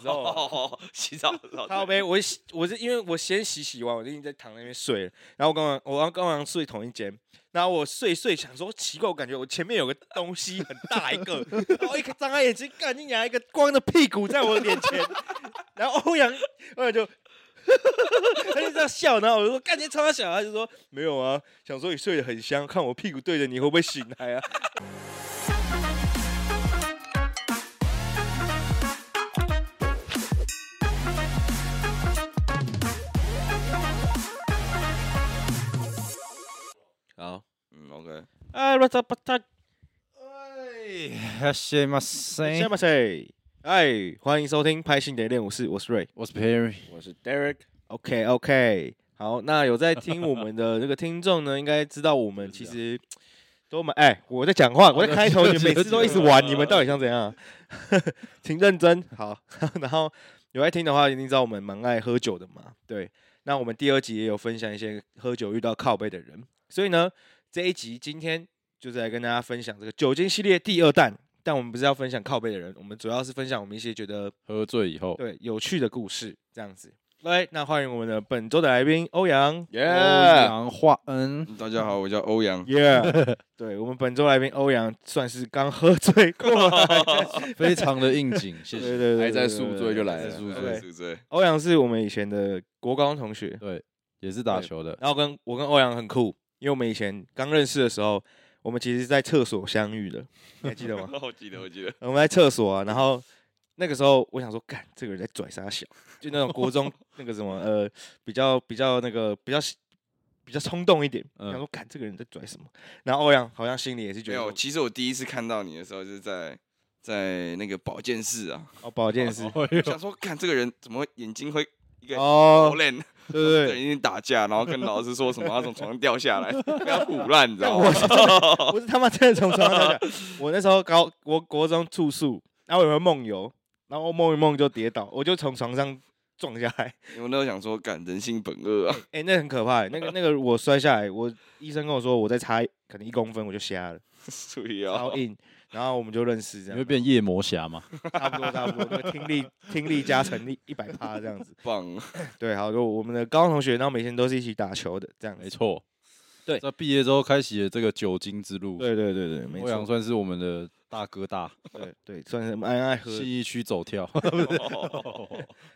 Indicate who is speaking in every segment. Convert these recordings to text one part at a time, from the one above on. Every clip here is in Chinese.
Speaker 1: 时候了，
Speaker 2: 哦，洗澡的时候，
Speaker 1: 靠背，我洗我是因为我先洗洗完，我就已经在躺那边睡了。然后我刚刚我刚刚刚睡同一间，然后我睡一睡想说奇怪，我感觉我前面有个东西很大一个，然后一张开眼睛，赶紧拿一个光着屁股在我脸前，然后欧阳欧阳就。他就这样笑，然后我就说：“干你超小。”他就说：“没有啊，想说你睡得很香，看我屁股对着你会不会醒来啊
Speaker 2: 好，嗯，OK，？”
Speaker 1: 哎，我操，把 他
Speaker 3: 哎，谢马
Speaker 1: 下
Speaker 3: 森，
Speaker 1: 马谁？哎，欢迎收听《拍信的练武室》，我是 Ray。
Speaker 3: 我是 Perry。
Speaker 2: 我是 Derek，
Speaker 1: OK OK，好，那有在听我们的这个听众呢，应该 知道我们其实都蛮哎，我在讲话，我在开头，你们每次都一直玩，你们到底想怎样？ 请认真，好。然后有在听的话，一定知道我们蛮爱喝酒的嘛，对。那我们第二集也有分享一些喝酒遇到靠背的人，所以呢，这一集今天就是来跟大家分享这个酒精系列第二弹。但我们不是要分享靠背的人，我们主要是分享我们一些觉得
Speaker 3: 喝醉以后，
Speaker 1: 对有趣的故事这样子。来，那欢迎我们的本周的来宾欧阳，
Speaker 3: 欧
Speaker 2: 耶！
Speaker 3: 阳化恩，
Speaker 2: 嗯大家好，我叫欧阳，
Speaker 1: 耶、 对我们本周来宾欧阳算是刚喝醉过来 的，
Speaker 3: 非常的应景，谢
Speaker 1: 对
Speaker 3: 谢。
Speaker 1: 对对，
Speaker 2: 还在
Speaker 1: 对
Speaker 2: 宿醉就来
Speaker 3: 还
Speaker 2: 了，
Speaker 3: 在宿
Speaker 1: 醉
Speaker 2: 还在宿醉，
Speaker 1: 欧阳是我们以前的国高中同学，
Speaker 3: 也是打球的，
Speaker 1: 然后跟我跟欧阳很酷，因为我们以前刚认识的时候，我们其实是在厕所相遇的，你还记得吗？
Speaker 2: 我记得，我记得，
Speaker 1: 我们在厕所啊，然后那个时候我想说，干这个人在拽啥小，就那种国中那个什么呃，比较比较那个比较比较冲动一点，
Speaker 3: 嗯
Speaker 1: 想说干这个人在拽什么。然后欧阳好像心里也是觉
Speaker 2: 没
Speaker 1: 得
Speaker 2: 有。
Speaker 1: 说，
Speaker 2: 其实我第一次看到你的时候，就是在在那个保健室啊，
Speaker 1: 哦，保健室
Speaker 3: 哦
Speaker 2: 我想说，看这个人怎么会眼睛会一个
Speaker 1: 哦
Speaker 2: 狗，脸，
Speaker 1: 对
Speaker 2: 对，
Speaker 1: 对
Speaker 2: 一定打架，然后跟老师说什么，他从床上掉 下来，不要胡乱，你知
Speaker 1: 对，
Speaker 2: 道
Speaker 1: 我
Speaker 2: 吗？
Speaker 1: 是真的，我是他妈真的从床上跳下来。我那时候高我国中住宿，然后有人梦游，然后梦一梦就跌倒，我就从床上撞下来。
Speaker 2: 我那时候想说，干人性本恶 啊，
Speaker 1: 哎、那很可怕、欸，那个那个我摔下来，我医生跟我说我再差可能一公分我就瞎了。
Speaker 2: 所以啊
Speaker 1: 超，硬，然后我们就认识这
Speaker 3: 你
Speaker 1: 样，
Speaker 3: 会变夜魔侠吗？
Speaker 1: 差不多差不多，那个听力听力加成力一百趴这样子。
Speaker 2: 棒，
Speaker 1: 对，好，就我们的高中同学，然后每天都是一起打球的这样
Speaker 3: 没
Speaker 1: 子。
Speaker 3: 错，
Speaker 1: 对
Speaker 3: 在毕业之后开启了这个酒精之路。
Speaker 1: 对对对对，没
Speaker 3: 欧阳
Speaker 1: 错，
Speaker 3: 算是我们的大哥大，
Speaker 1: 对对，算是蛮爱喝的。
Speaker 3: 信义区 走跳。
Speaker 2: 哦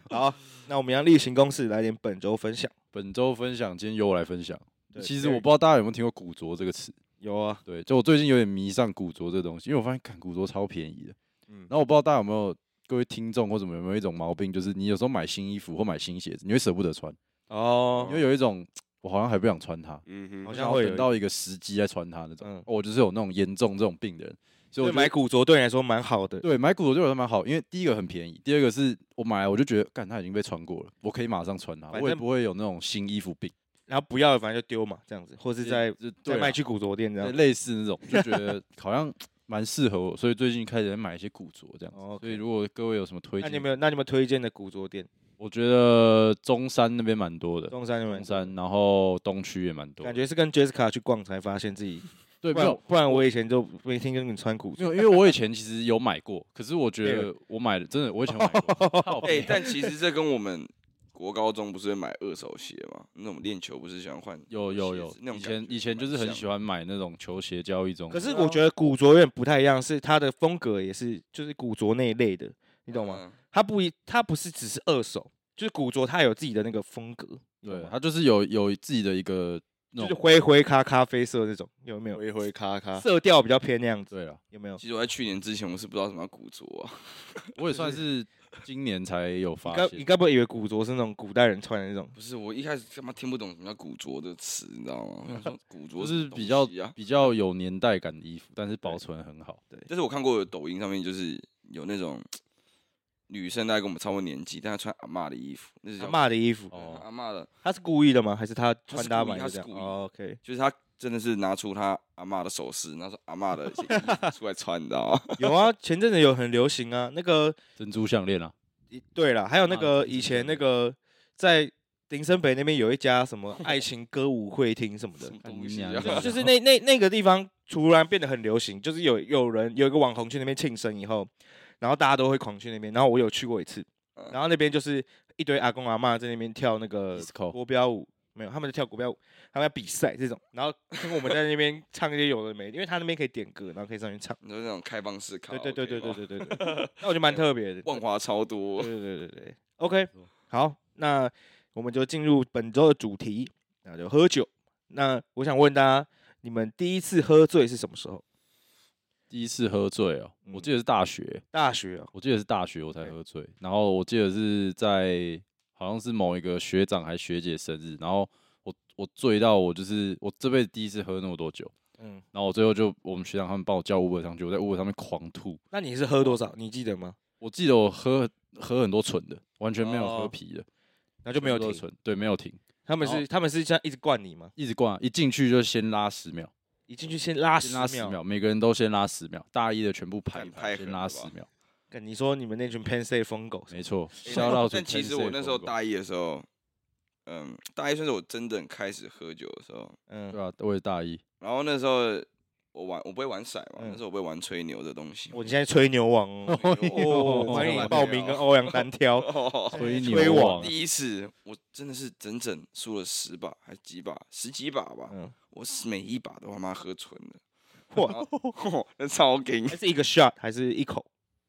Speaker 1: 好，那我们要例行公事来点本周分享。
Speaker 3: 本周分享，今天由我来分享。
Speaker 1: 对
Speaker 3: 其实我不知道大家有没有听过古着这个词，
Speaker 1: 有啊，
Speaker 3: 对，就我最近有点迷上古着这东西，因为我发现看古着超便宜的。
Speaker 1: 嗯
Speaker 3: 然，后我不知道大家有没有各位听众或者有没有一种毛病，就是你有时候买新衣服或买新鞋子，你会舍不得穿，
Speaker 1: 哦
Speaker 3: 因为有一种我好像还不想穿它，
Speaker 2: 嗯
Speaker 1: 好
Speaker 2: 哼，
Speaker 1: 像
Speaker 3: 然后
Speaker 1: 会有
Speaker 3: 等到一个时机再穿它那种。
Speaker 1: 嗯
Speaker 3: 哦我就是有那种严重这种病的人，所以
Speaker 1: 对
Speaker 3: 我觉
Speaker 1: 买
Speaker 3: 得
Speaker 1: 古着对你来说蛮好的。
Speaker 3: 对买古着对我来说蛮好，因为第一个很便宜，第二个是我买来我就觉得，干它已经被穿过了，我可以马上穿它，
Speaker 1: 反
Speaker 3: 我也
Speaker 1: 正
Speaker 3: 不会有那种新衣服病，
Speaker 1: 然后不要的反正就丢嘛，这样子，或是在
Speaker 3: 就对
Speaker 1: 再
Speaker 3: 啊
Speaker 1: 卖去古着店这
Speaker 3: 对
Speaker 1: 样。
Speaker 3: 类似那种， 就觉得好像蛮适合我，所以最近开始在买一些古着这样子。
Speaker 1: 哦，OK
Speaker 3: 所以如果各位有什么推
Speaker 1: 那你有
Speaker 3: 荐
Speaker 1: 没，有？那你有没有推荐的古着店？
Speaker 3: 我觉得中山那边蛮多的，
Speaker 1: 中山有没有
Speaker 3: 中？山，然后东区也蛮多的。
Speaker 1: 感觉是跟 Jessica 去逛才发现自己
Speaker 3: 对，
Speaker 1: 不
Speaker 3: 没
Speaker 1: 然
Speaker 3: 有
Speaker 1: 不然我以前就没听跟你穿古
Speaker 3: 没
Speaker 1: 着。
Speaker 3: 有，因为我以前其实有买过，可是我觉
Speaker 1: 对
Speaker 3: 得我买的 真的，我以前有买过靠
Speaker 2: 哎
Speaker 3: 背，
Speaker 2: 但其实这跟我们国高中不是会买二手鞋吗？那我们练球不是喜欢换
Speaker 3: 有有
Speaker 2: 鞋
Speaker 3: 有
Speaker 2: 子那，种
Speaker 3: 以
Speaker 2: 感
Speaker 3: 前
Speaker 2: 觉
Speaker 3: 以前就是很
Speaker 2: 蛮
Speaker 3: 喜欢买那种球鞋交易中，
Speaker 1: 可是我觉得古着有点不太一样，是它的风格也是就是古着那一类的，你
Speaker 2: 像
Speaker 1: 懂吗？？
Speaker 2: 嗯
Speaker 1: 它不一，它不是只是二手，就是古着它有自己的那个风格，你懂
Speaker 3: 对
Speaker 1: 吗
Speaker 3: 它就是有有自己的一个那
Speaker 1: 就是
Speaker 3: 种
Speaker 1: 灰灰咖咖啡色那种，有没有？
Speaker 4: 回回咔咔，
Speaker 1: 色调比较偏那样子，
Speaker 3: 对啊了，
Speaker 1: 有没有？
Speaker 2: 其实我在去年之前我是不知道什么叫古着啊，
Speaker 3: 我也算是今年才有
Speaker 1: 你
Speaker 3: 发
Speaker 1: 该
Speaker 3: 现
Speaker 1: 你。该不会以为古着是那种古代人穿的那种？
Speaker 2: 不是我一开始他妈听不懂什么叫古着的词，你知道吗？我想说古着
Speaker 3: 就
Speaker 2: 什么
Speaker 3: 是比
Speaker 2: 东
Speaker 3: 较
Speaker 2: 西啊，
Speaker 3: 比较有年代感的衣服，但是保存很好。
Speaker 2: 但是我看过有抖音上面就是有那种女生，大概跟我们差不多年纪，但她穿阿嬷的衣服，那是啊
Speaker 1: 他
Speaker 2: 叫
Speaker 1: 骂的衣服，
Speaker 2: 对
Speaker 3: 哦
Speaker 2: 阿嬷的，
Speaker 1: 他是故意的吗？还是他
Speaker 2: 是
Speaker 1: 穿搭
Speaker 2: 故意
Speaker 1: 版
Speaker 2: 他
Speaker 1: 就是这样
Speaker 2: 故意
Speaker 1: 哦？OK，
Speaker 2: 就是她真的是拿出她阿嬷的首饰，拿出阿嬷的一些衣服出来穿，你知道吗？
Speaker 1: 有啊，前阵子有很流行啊，那个
Speaker 3: 珍珠项链啊，
Speaker 1: 一对了，还有那
Speaker 3: 啊
Speaker 1: 个
Speaker 3: 对
Speaker 1: 以
Speaker 3: 对
Speaker 1: 前
Speaker 3: 对
Speaker 1: 那个在林森北那边有一家什么爱情歌舞会厅什么
Speaker 2: 什么
Speaker 1: 的，
Speaker 2: 东
Speaker 3: 你
Speaker 2: 西
Speaker 3: 娘
Speaker 2: 啊
Speaker 3: 这？ 样
Speaker 1: 就是那那那个地方突然变得很流行，就是有有人有一个网红去那边庆生以后，然后大家都会狂去那边，然后我有去过一次，
Speaker 2: 嗯
Speaker 1: 然后那边就是一堆阿公阿嬷在那边跳那个
Speaker 3: Disco
Speaker 1: 国标舞，没有，他们在跳国标舞，他们要比赛这种，然后跟我们在那边唱一些有的没的，因为他那边可以点歌，然后可以上去唱。
Speaker 2: 你说那种开放式卡
Speaker 1: 对
Speaker 2: 拉
Speaker 1: 对
Speaker 2: OK 吗，
Speaker 1: 对对对对对对，那我觉得蛮特别的。
Speaker 2: 万华超多
Speaker 1: 对，对对对对，OK，
Speaker 3: 错
Speaker 1: 好，那我们就进入本周的主题，那就喝酒。那我想问大家，你们第一次喝醉是什么时候？
Speaker 3: 第一次喝醉哦，我
Speaker 1: 嗯
Speaker 3: 记得是大学，
Speaker 1: 大学哦，
Speaker 3: 我记得是大学我才
Speaker 1: 对
Speaker 3: 喝醉，然后我记得是在好像是某一个学长还学姐生日，然后我我醉到我就是我这辈子第一次喝那么多酒，
Speaker 1: 嗯，
Speaker 3: 然后我最后就我们学长他们帮我叫 Uber 上去，我在 Uber 上面狂吐，
Speaker 1: 那你是喝多少？你记得吗？
Speaker 3: 我记得我喝喝很多纯的，完全没有喝
Speaker 1: 哦
Speaker 3: 啤的，
Speaker 1: 然后就没有
Speaker 3: 全部都
Speaker 1: 停
Speaker 3: 是。纯，对，没有停，
Speaker 1: 他们
Speaker 3: 然后
Speaker 1: 是他们是这样一直灌你吗？
Speaker 3: 一直灌，啊一进去就先拉十秒，
Speaker 1: 一进去先拉
Speaker 3: 先
Speaker 1: 十
Speaker 3: 拉十
Speaker 1: 秒。
Speaker 3: 秒，每个人都先拉十秒，大一的全部排
Speaker 2: 干
Speaker 3: 一
Speaker 2: 太
Speaker 3: 排，先
Speaker 2: 狠
Speaker 3: 拉
Speaker 2: 了
Speaker 3: 十
Speaker 2: 吧
Speaker 3: 秒，
Speaker 1: 干你说你们那群 Penn State 疯狗是
Speaker 3: 没错，
Speaker 2: 欸
Speaker 3: 笑到。
Speaker 2: 但其实我那时候大一的时候，嗯，大一算是我真正开始喝酒的时候。
Speaker 1: 嗯
Speaker 3: 对，啊，我也是大一，
Speaker 2: 然后那时候我玩，我不会玩骰嘛，
Speaker 1: 嗯
Speaker 2: 那时候我不会玩吹牛这东西。
Speaker 1: 我现在吹牛王哦， 哦，
Speaker 3: 哦呦
Speaker 1: 欢
Speaker 3: 吹
Speaker 1: 迎
Speaker 3: 牛
Speaker 1: 报名跟欧阳单 挑。
Speaker 2: 哦。
Speaker 3: 吹
Speaker 1: 吹
Speaker 3: 啊牛
Speaker 1: 网
Speaker 3: 王，
Speaker 2: 第一次我真的是整整输了十把，还几把，十几把吧。
Speaker 1: 嗯，
Speaker 2: 我是每一把都他妈喝纯的，
Speaker 1: 嚯，
Speaker 2: 那超给
Speaker 1: 还是一个 shot 还是一口？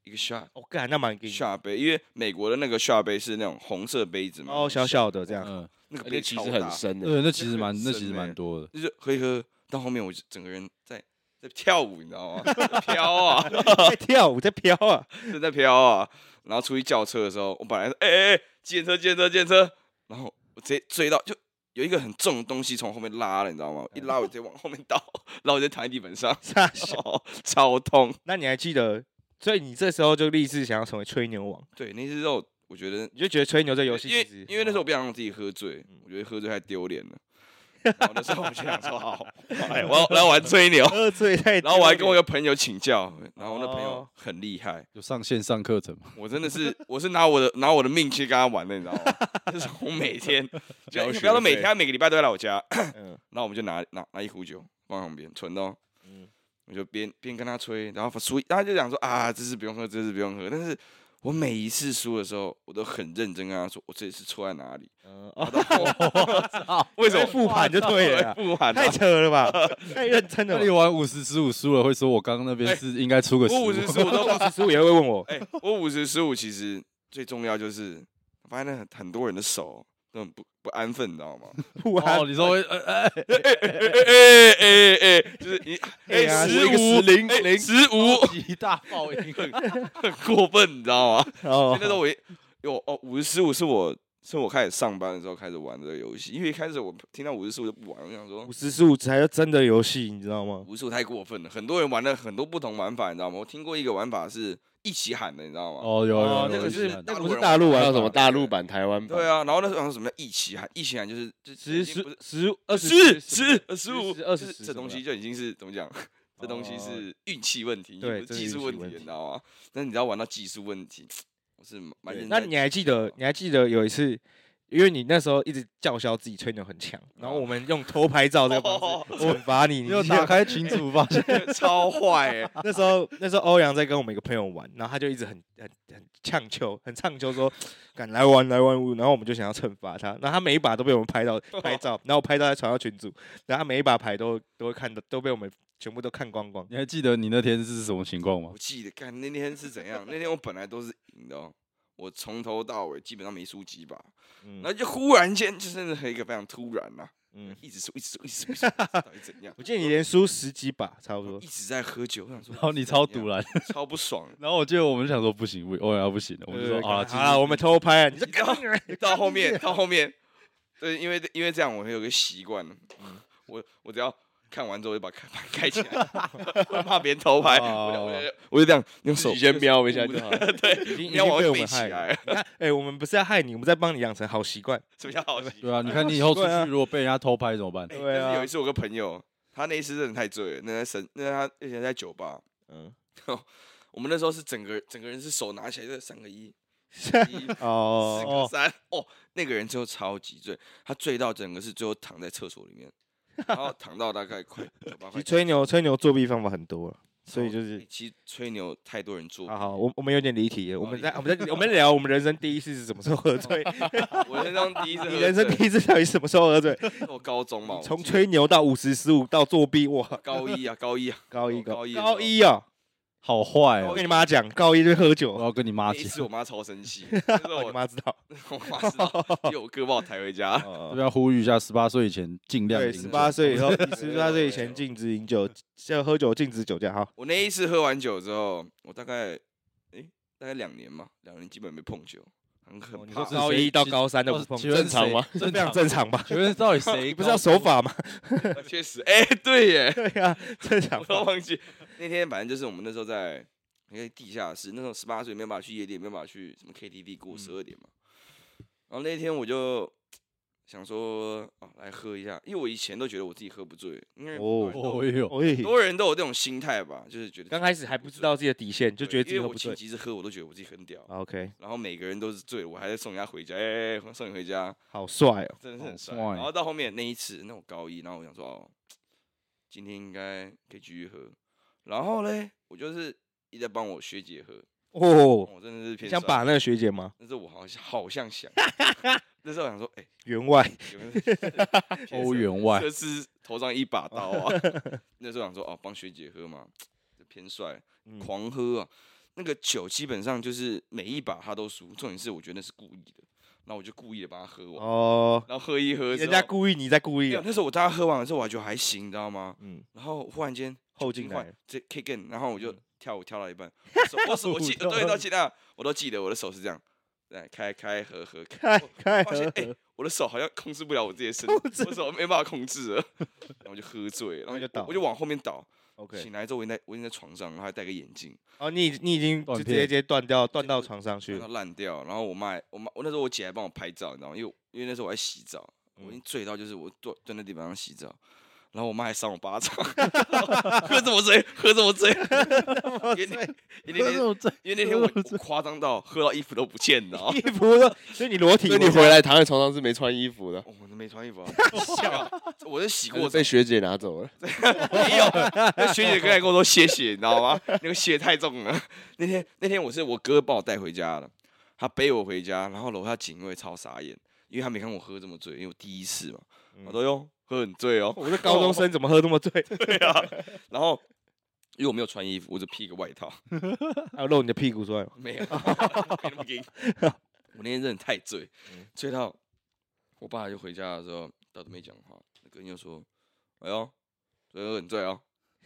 Speaker 2: 一个 shot
Speaker 1: 我干，那蛮给你
Speaker 2: shot 杯，因为美国的那个 shot 杯是那种红色杯子嘛，
Speaker 1: 哦，小小的这样。
Speaker 3: 嗯，
Speaker 2: 那个
Speaker 4: 而
Speaker 2: 杯
Speaker 4: 且其
Speaker 2: 超
Speaker 4: 实
Speaker 2: 大
Speaker 4: 很，深的，
Speaker 3: 对，那其实
Speaker 2: 很
Speaker 3: 蛮，那
Speaker 2: 深
Speaker 3: 其实
Speaker 2: 欸
Speaker 3: 蛮多的。
Speaker 2: 就是喝一喝到后面我就整个人在在跳舞，你知道吗？ 在飘啊，
Speaker 1: 在跳舞，在飘啊！
Speaker 2: 正在飘啊。然后出去叫车的时候，我本来是哎哎哎，见车见车见车，然后我直接追到，就有一个很重的东西从后面拉了，你知道吗？一拉我直接往后面倒，然后我就躺在地板上，
Speaker 1: 傻笑。
Speaker 2: 超痛。
Speaker 1: 那你还记得？所以你这时候就立志想要成为吹牛王，
Speaker 2: 对，那次之后我觉得，
Speaker 1: 你就觉得吹牛这游戏
Speaker 2: 因
Speaker 1: 其
Speaker 2: 为
Speaker 1: 实
Speaker 2: 因为那时候我
Speaker 1: 哦
Speaker 2: 不想让自己喝醉
Speaker 1: 嗯，
Speaker 2: 我觉得喝醉太丢脸 了。然后那时候我就想说，好，来，我要来玩吹牛。
Speaker 1: 喝醉太丢脸，
Speaker 2: 然后我还跟我一个朋友请教，然后我那朋友
Speaker 1: 哦
Speaker 2: 很厉害，
Speaker 3: 有上线上课程 嘛？
Speaker 2: 我真的是，我是拿我的拿我的命去跟他玩的，你知道吗？ 就是我每 天，就
Speaker 4: 交
Speaker 2: 不要
Speaker 4: 学
Speaker 2: 说每
Speaker 4: 费
Speaker 2: 天，他每个礼拜都会来我家，
Speaker 1: 嗯
Speaker 2: 然后我们就拿拿拿一壶酒放旁边存到，
Speaker 1: 嗯
Speaker 2: 我就边边跟他吹，然后输，他就讲说啊，这次不用喝，这次不用喝。但是我每一次输的时候，我都很认真跟他说，我这次错在哪里，
Speaker 1: 嗯哦，
Speaker 2: 为什么
Speaker 1: 复盘就对了啊？
Speaker 2: 不喊他
Speaker 1: 太。扯了吧，太认真了
Speaker 3: 那
Speaker 1: 吧。
Speaker 3: 你玩五十十五输了，会说我刚刚那边
Speaker 2: 哎
Speaker 3: 是应该出个
Speaker 2: 我五
Speaker 3: 15
Speaker 2: 十十五都
Speaker 1: 五十五也会问我，
Speaker 2: 哎、我五十十五其实最重要就是，我发现很很多人的手都很不不安分，你知道吗？
Speaker 1: 不
Speaker 3: 哦，
Speaker 1: 安，
Speaker 3: 你说会呃呃，
Speaker 2: 哎哎哎哎，就是你
Speaker 1: 哎呀
Speaker 2: 哎十
Speaker 1: 一个
Speaker 2: 五
Speaker 1: 10
Speaker 2: 零十五
Speaker 3: 极大爆 音，
Speaker 2: 很过分，你知道吗？
Speaker 1: 哦
Speaker 2: 那时候我有哦五十十五是我是我开始上班的时候开始玩这个游戏，因为一开始我听到五十十五就不玩，我想说
Speaker 1: 五十五才是真的游戏，你知道吗？
Speaker 2: 五十五太过分了，很多人玩了很多不同玩法，你知道吗？我听过一个玩法是一起喊的，你知道吗？
Speaker 3: 哦有有
Speaker 1: 哦
Speaker 3: 有，
Speaker 1: 那
Speaker 3: 有
Speaker 1: 个
Speaker 3: 有
Speaker 1: 是
Speaker 3: 有有
Speaker 1: 那个不是大陆
Speaker 4: 还
Speaker 1: 玩
Speaker 4: 有
Speaker 1: 法，
Speaker 4: 什么大陆版、台湾版，
Speaker 2: 对啊，然后那时候想说什么叫一起喊，一起喊就是就
Speaker 1: 十
Speaker 2: 是
Speaker 1: 十
Speaker 2: 不是
Speaker 1: 十二
Speaker 2: 十
Speaker 1: 十
Speaker 2: 十十五
Speaker 1: 二
Speaker 2: 就
Speaker 1: 十
Speaker 2: 是这东西就已经是怎 么讲？这东西是运气问题，
Speaker 1: 哦对
Speaker 2: 不
Speaker 1: 这
Speaker 2: 是
Speaker 1: 是
Speaker 2: 技
Speaker 1: 运
Speaker 2: 术
Speaker 1: 气
Speaker 2: 问题，
Speaker 1: 问
Speaker 2: 你
Speaker 1: 题
Speaker 2: 知道吗？但是你要玩到技术问题，我是蛮
Speaker 1: 对
Speaker 2: 认真
Speaker 1: 那
Speaker 2: 在
Speaker 1: 你还记
Speaker 2: 记的啊
Speaker 1: 得？你还记得有一次，因为你那时候一直叫嚣自己吹牛很强，然后
Speaker 2: 哦
Speaker 1: 我们用偷拍照这个方式惩罚你。你
Speaker 3: 又
Speaker 1: 记得
Speaker 3: 打开群组 发现
Speaker 2: 超坏欸
Speaker 1: 那时候，那时候欧阳在跟我们一个朋友玩，然后他就一直很很很呛秋，很呛秋说，敢来玩来玩，然后我们就想要惩罚他，然后他每一把都被我们拍到
Speaker 2: 哦
Speaker 1: 拍照，然后我拍照再传到群组，然后他每一把牌都都会看到，都被我们全部都看光光。
Speaker 3: 你还记得你那天是什么情况吗
Speaker 2: 我？记得，看那天是怎样？那天我本来都是赢的、哦，我从头到尾基本上没输几把，
Speaker 1: 嗯
Speaker 2: 然后就忽然间就真的是一个非常突然呐、
Speaker 1: 嗯，
Speaker 2: 一直输，一直输，一直输，一直输到底怎 样？
Speaker 1: 我记得你连输十几把，差不
Speaker 2: 我
Speaker 1: 多
Speaker 2: 一。直在喝酒，我想说，
Speaker 3: 然后你超堵
Speaker 2: 了，
Speaker 3: 然，
Speaker 2: 超不爽。
Speaker 3: 然后我记得我们就想说不行，不欧阳不行了，我们就
Speaker 1: 对
Speaker 3: 说
Speaker 1: 对对
Speaker 3: 啊，
Speaker 1: 干
Speaker 3: 其
Speaker 1: 好了，
Speaker 3: 实
Speaker 1: 我们偷拍啊，你这
Speaker 2: 你知道到后面， 到后面，对，因为因为这样，我会有个习惯，嗯我我只要看完之后就把开盘开起来， 我怕别人偷拍，
Speaker 1: 哦
Speaker 2: 我就我就我就这样用手
Speaker 4: 自己先瞄一下
Speaker 2: 捂
Speaker 4: 就
Speaker 2: 着
Speaker 4: 好了。
Speaker 1: 已经已
Speaker 2: 你要
Speaker 1: 经
Speaker 2: 我
Speaker 1: 被
Speaker 2: 要
Speaker 1: 我
Speaker 2: 背
Speaker 1: 们
Speaker 2: 起
Speaker 1: 害
Speaker 2: 来
Speaker 1: 了。你看，哎，我们不是要害你，我们在帮你养成好习惯。
Speaker 2: 什么叫好习惯
Speaker 3: 对啊，你看你以后 出
Speaker 1: 对啊
Speaker 3: 去如果被人家偷拍怎么办？
Speaker 1: 对
Speaker 2: 但
Speaker 1: 啊
Speaker 2: 是有一次我跟朋友，他那一次真的太醉了，那在神，那他而且在酒吧，
Speaker 1: 嗯，
Speaker 2: 我们那时候是整个整个人是手拿起来就是三个 一，一四
Speaker 1: 哦
Speaker 2: 个三，哦，那个人最后超级醉，他醉到整个是最后躺在厕所里面，然后躺到大概快九八
Speaker 1: 其
Speaker 2: 块
Speaker 1: 实，吹牛吹牛作弊方法很多了，所以就是啊
Speaker 2: 欸其实吹牛太多人做
Speaker 1: 好好，我我们有点离题了，我
Speaker 2: 好
Speaker 1: 们
Speaker 2: 离
Speaker 1: 在
Speaker 2: 题
Speaker 1: 我们在我们聊我们人生第一次是什么时候喝醉？
Speaker 2: 我人生第一次喝 醉，
Speaker 1: 你人生第一次到底什么时候喝醉？
Speaker 2: 我高中嘛，我
Speaker 1: 从
Speaker 2: 记
Speaker 1: 吹牛到五十十五到作弊，哇，
Speaker 2: 得高一啊，高一啊，
Speaker 1: 高一
Speaker 2: 我高一的时候
Speaker 1: 高一哦，
Speaker 3: 好坏
Speaker 1: 我
Speaker 3: 哦
Speaker 1: 跟！你妈讲，高一就喝
Speaker 3: 我
Speaker 1: 酒，
Speaker 3: 要跟你妈
Speaker 2: 那
Speaker 3: 讲
Speaker 2: 一，次我妈超 生气，那时
Speaker 1: 啊
Speaker 2: 候
Speaker 1: 哦你
Speaker 2: 我
Speaker 1: 妈知道。
Speaker 2: 我妈知道，因为我哥把我抬 回家，
Speaker 3: 要
Speaker 1: 哦
Speaker 3: 不要呼吁一下？十八岁以前尽量
Speaker 1: 对，
Speaker 3: 饮
Speaker 1: 十
Speaker 3: 酒
Speaker 1: 八岁以后，十八岁以
Speaker 2: 对
Speaker 1: 前禁止饮酒，要喝酒禁止酒驾。好，
Speaker 2: 我那一次喝完酒之后，我大概诶、大概两年嘛，两年基本没碰酒，很可
Speaker 3: 哦你
Speaker 2: 怕。
Speaker 3: 说是高一到高
Speaker 1: 三
Speaker 3: 的不碰请问
Speaker 1: 正常吗？
Speaker 3: 谁正
Speaker 1: 这样正常吧？
Speaker 3: 请问到底 谁？
Speaker 1: 你 不是要守法吗？
Speaker 2: 确实，哎、对耶，
Speaker 1: 对呀，正常
Speaker 2: 我都
Speaker 1: 吧。
Speaker 2: 忘记那天，反正就是我们那时候在那个地下室，那时候十八岁没有办法去夜店，没有办法去什么 KTV 过
Speaker 1: 嗯
Speaker 2: 十二点嘛。然后那天我就想说，哦，来喝一下，因为我以前都觉得我自己喝不醉，因为
Speaker 1: 哦
Speaker 3: 哦哟，
Speaker 1: 哦咦
Speaker 2: 很多人都有这种心态吧，就是觉得
Speaker 1: 刚开始还不知道自己的底线，就
Speaker 2: 对
Speaker 1: 觉得自己
Speaker 2: 因为
Speaker 1: 喝
Speaker 2: 我
Speaker 1: 不
Speaker 2: 前
Speaker 1: 醉。啊
Speaker 2: 几次喝我都觉得我自己很屌，
Speaker 1: OK，
Speaker 2: 然后每个人都是醉了，我还在送人家回家，哎、哎哎送你回家，
Speaker 1: 好帅哦。
Speaker 2: 真的是
Speaker 3: 好
Speaker 2: 很帅。
Speaker 3: 帅
Speaker 2: 然后到后面那一次，那我高一，然后我想说，哦，今天应该可以继续喝。然后嘞，我就是一直在帮我学姐喝，
Speaker 1: 哦，
Speaker 2: 我真的是偏
Speaker 1: 想
Speaker 2: 帅
Speaker 1: 把那个学姐吗？
Speaker 2: 但是我好像好 像想，那时候想说，哎、
Speaker 1: 员外
Speaker 2: 有没 有
Speaker 3: 欧员外
Speaker 2: 这是头上一把刀 啊？那时候想说，哦，帮学姐喝嘛，这偏帅
Speaker 1: 嗯，
Speaker 2: 狂喝啊！那个酒基本上就是每一把他都输，重点是我觉得那是故意的，然后我就故意的把它喝完，
Speaker 1: 哦，
Speaker 2: 然后喝一喝之
Speaker 1: 人
Speaker 2: 后，
Speaker 1: 家故意，你在故
Speaker 2: 没
Speaker 1: 意
Speaker 2: 有，
Speaker 1: 哦。
Speaker 2: 那时候我大家喝完了之后，我还觉得还行，你知道吗？
Speaker 1: 嗯，
Speaker 2: 然后忽然间
Speaker 1: 后
Speaker 2: 酒精
Speaker 1: 进
Speaker 2: 换
Speaker 1: 来了嗯
Speaker 2: 这 kick in，然后我就跳舞跳到一半，我 手我手我记
Speaker 1: 舞
Speaker 2: 对到现在我都记得我的手是这样，来开开合合 开，
Speaker 1: 开
Speaker 2: 我
Speaker 1: 开
Speaker 2: 发现
Speaker 1: 合
Speaker 2: 哎、
Speaker 1: 合
Speaker 2: 我的手好像控制不了我自己的身体，我手没办法控制了， 然后我就喝醉，然后
Speaker 1: 那就
Speaker 2: 我
Speaker 1: 倒
Speaker 2: 我就往后面倒，
Speaker 1: ，OK。
Speaker 2: 醒来之后我已经在我已经在床上，然后还戴个眼镜，
Speaker 1: 哦，你已你已经就
Speaker 3: 断
Speaker 1: 直
Speaker 3: 片
Speaker 1: 接直接断掉，断到床上去
Speaker 2: 让它
Speaker 1: 了。
Speaker 2: 烂掉，然后我妈还我妈我那时候我姐还帮我拍照，你知道吗？因为我因为那时候我还洗澡，我已经醉到就是我坐蹲在地板上洗澡。然后我妈还扇我巴 掌，喝这么醉，喝这么醉，因为那因为 那天因为那天我我夸张到喝到衣服都不见了，
Speaker 1: 衣服都， 所以你裸体
Speaker 4: 所
Speaker 1: 回家，
Speaker 4: 以你回来躺在床上是没穿衣服的，
Speaker 2: 我们没穿衣 服啊，我是洗过
Speaker 4: 我
Speaker 2: 澡
Speaker 4: 被，学姐拿走了。
Speaker 2: 没有，那学姐刚才跟我说谢谢，你知道吗？ 那个血太重了。 那天那天我是我哥把我带回家了，他背我回家，然后楼下警卫超傻眼，因为他没看我喝这么醉，因为我第一次嘛，我说哟喝很醉哦，
Speaker 1: 我是高中生，怎么喝那么醉？
Speaker 2: 对啊，然后因为我没有穿衣服，我只披个外套，
Speaker 1: 还有露你的屁股出来吗？
Speaker 2: 没有， 没那么硬。我那天真的太醉，醉到我爸就回家的时候，他都没讲话。那个人就说：“哎呦， 昨天很醉哦。”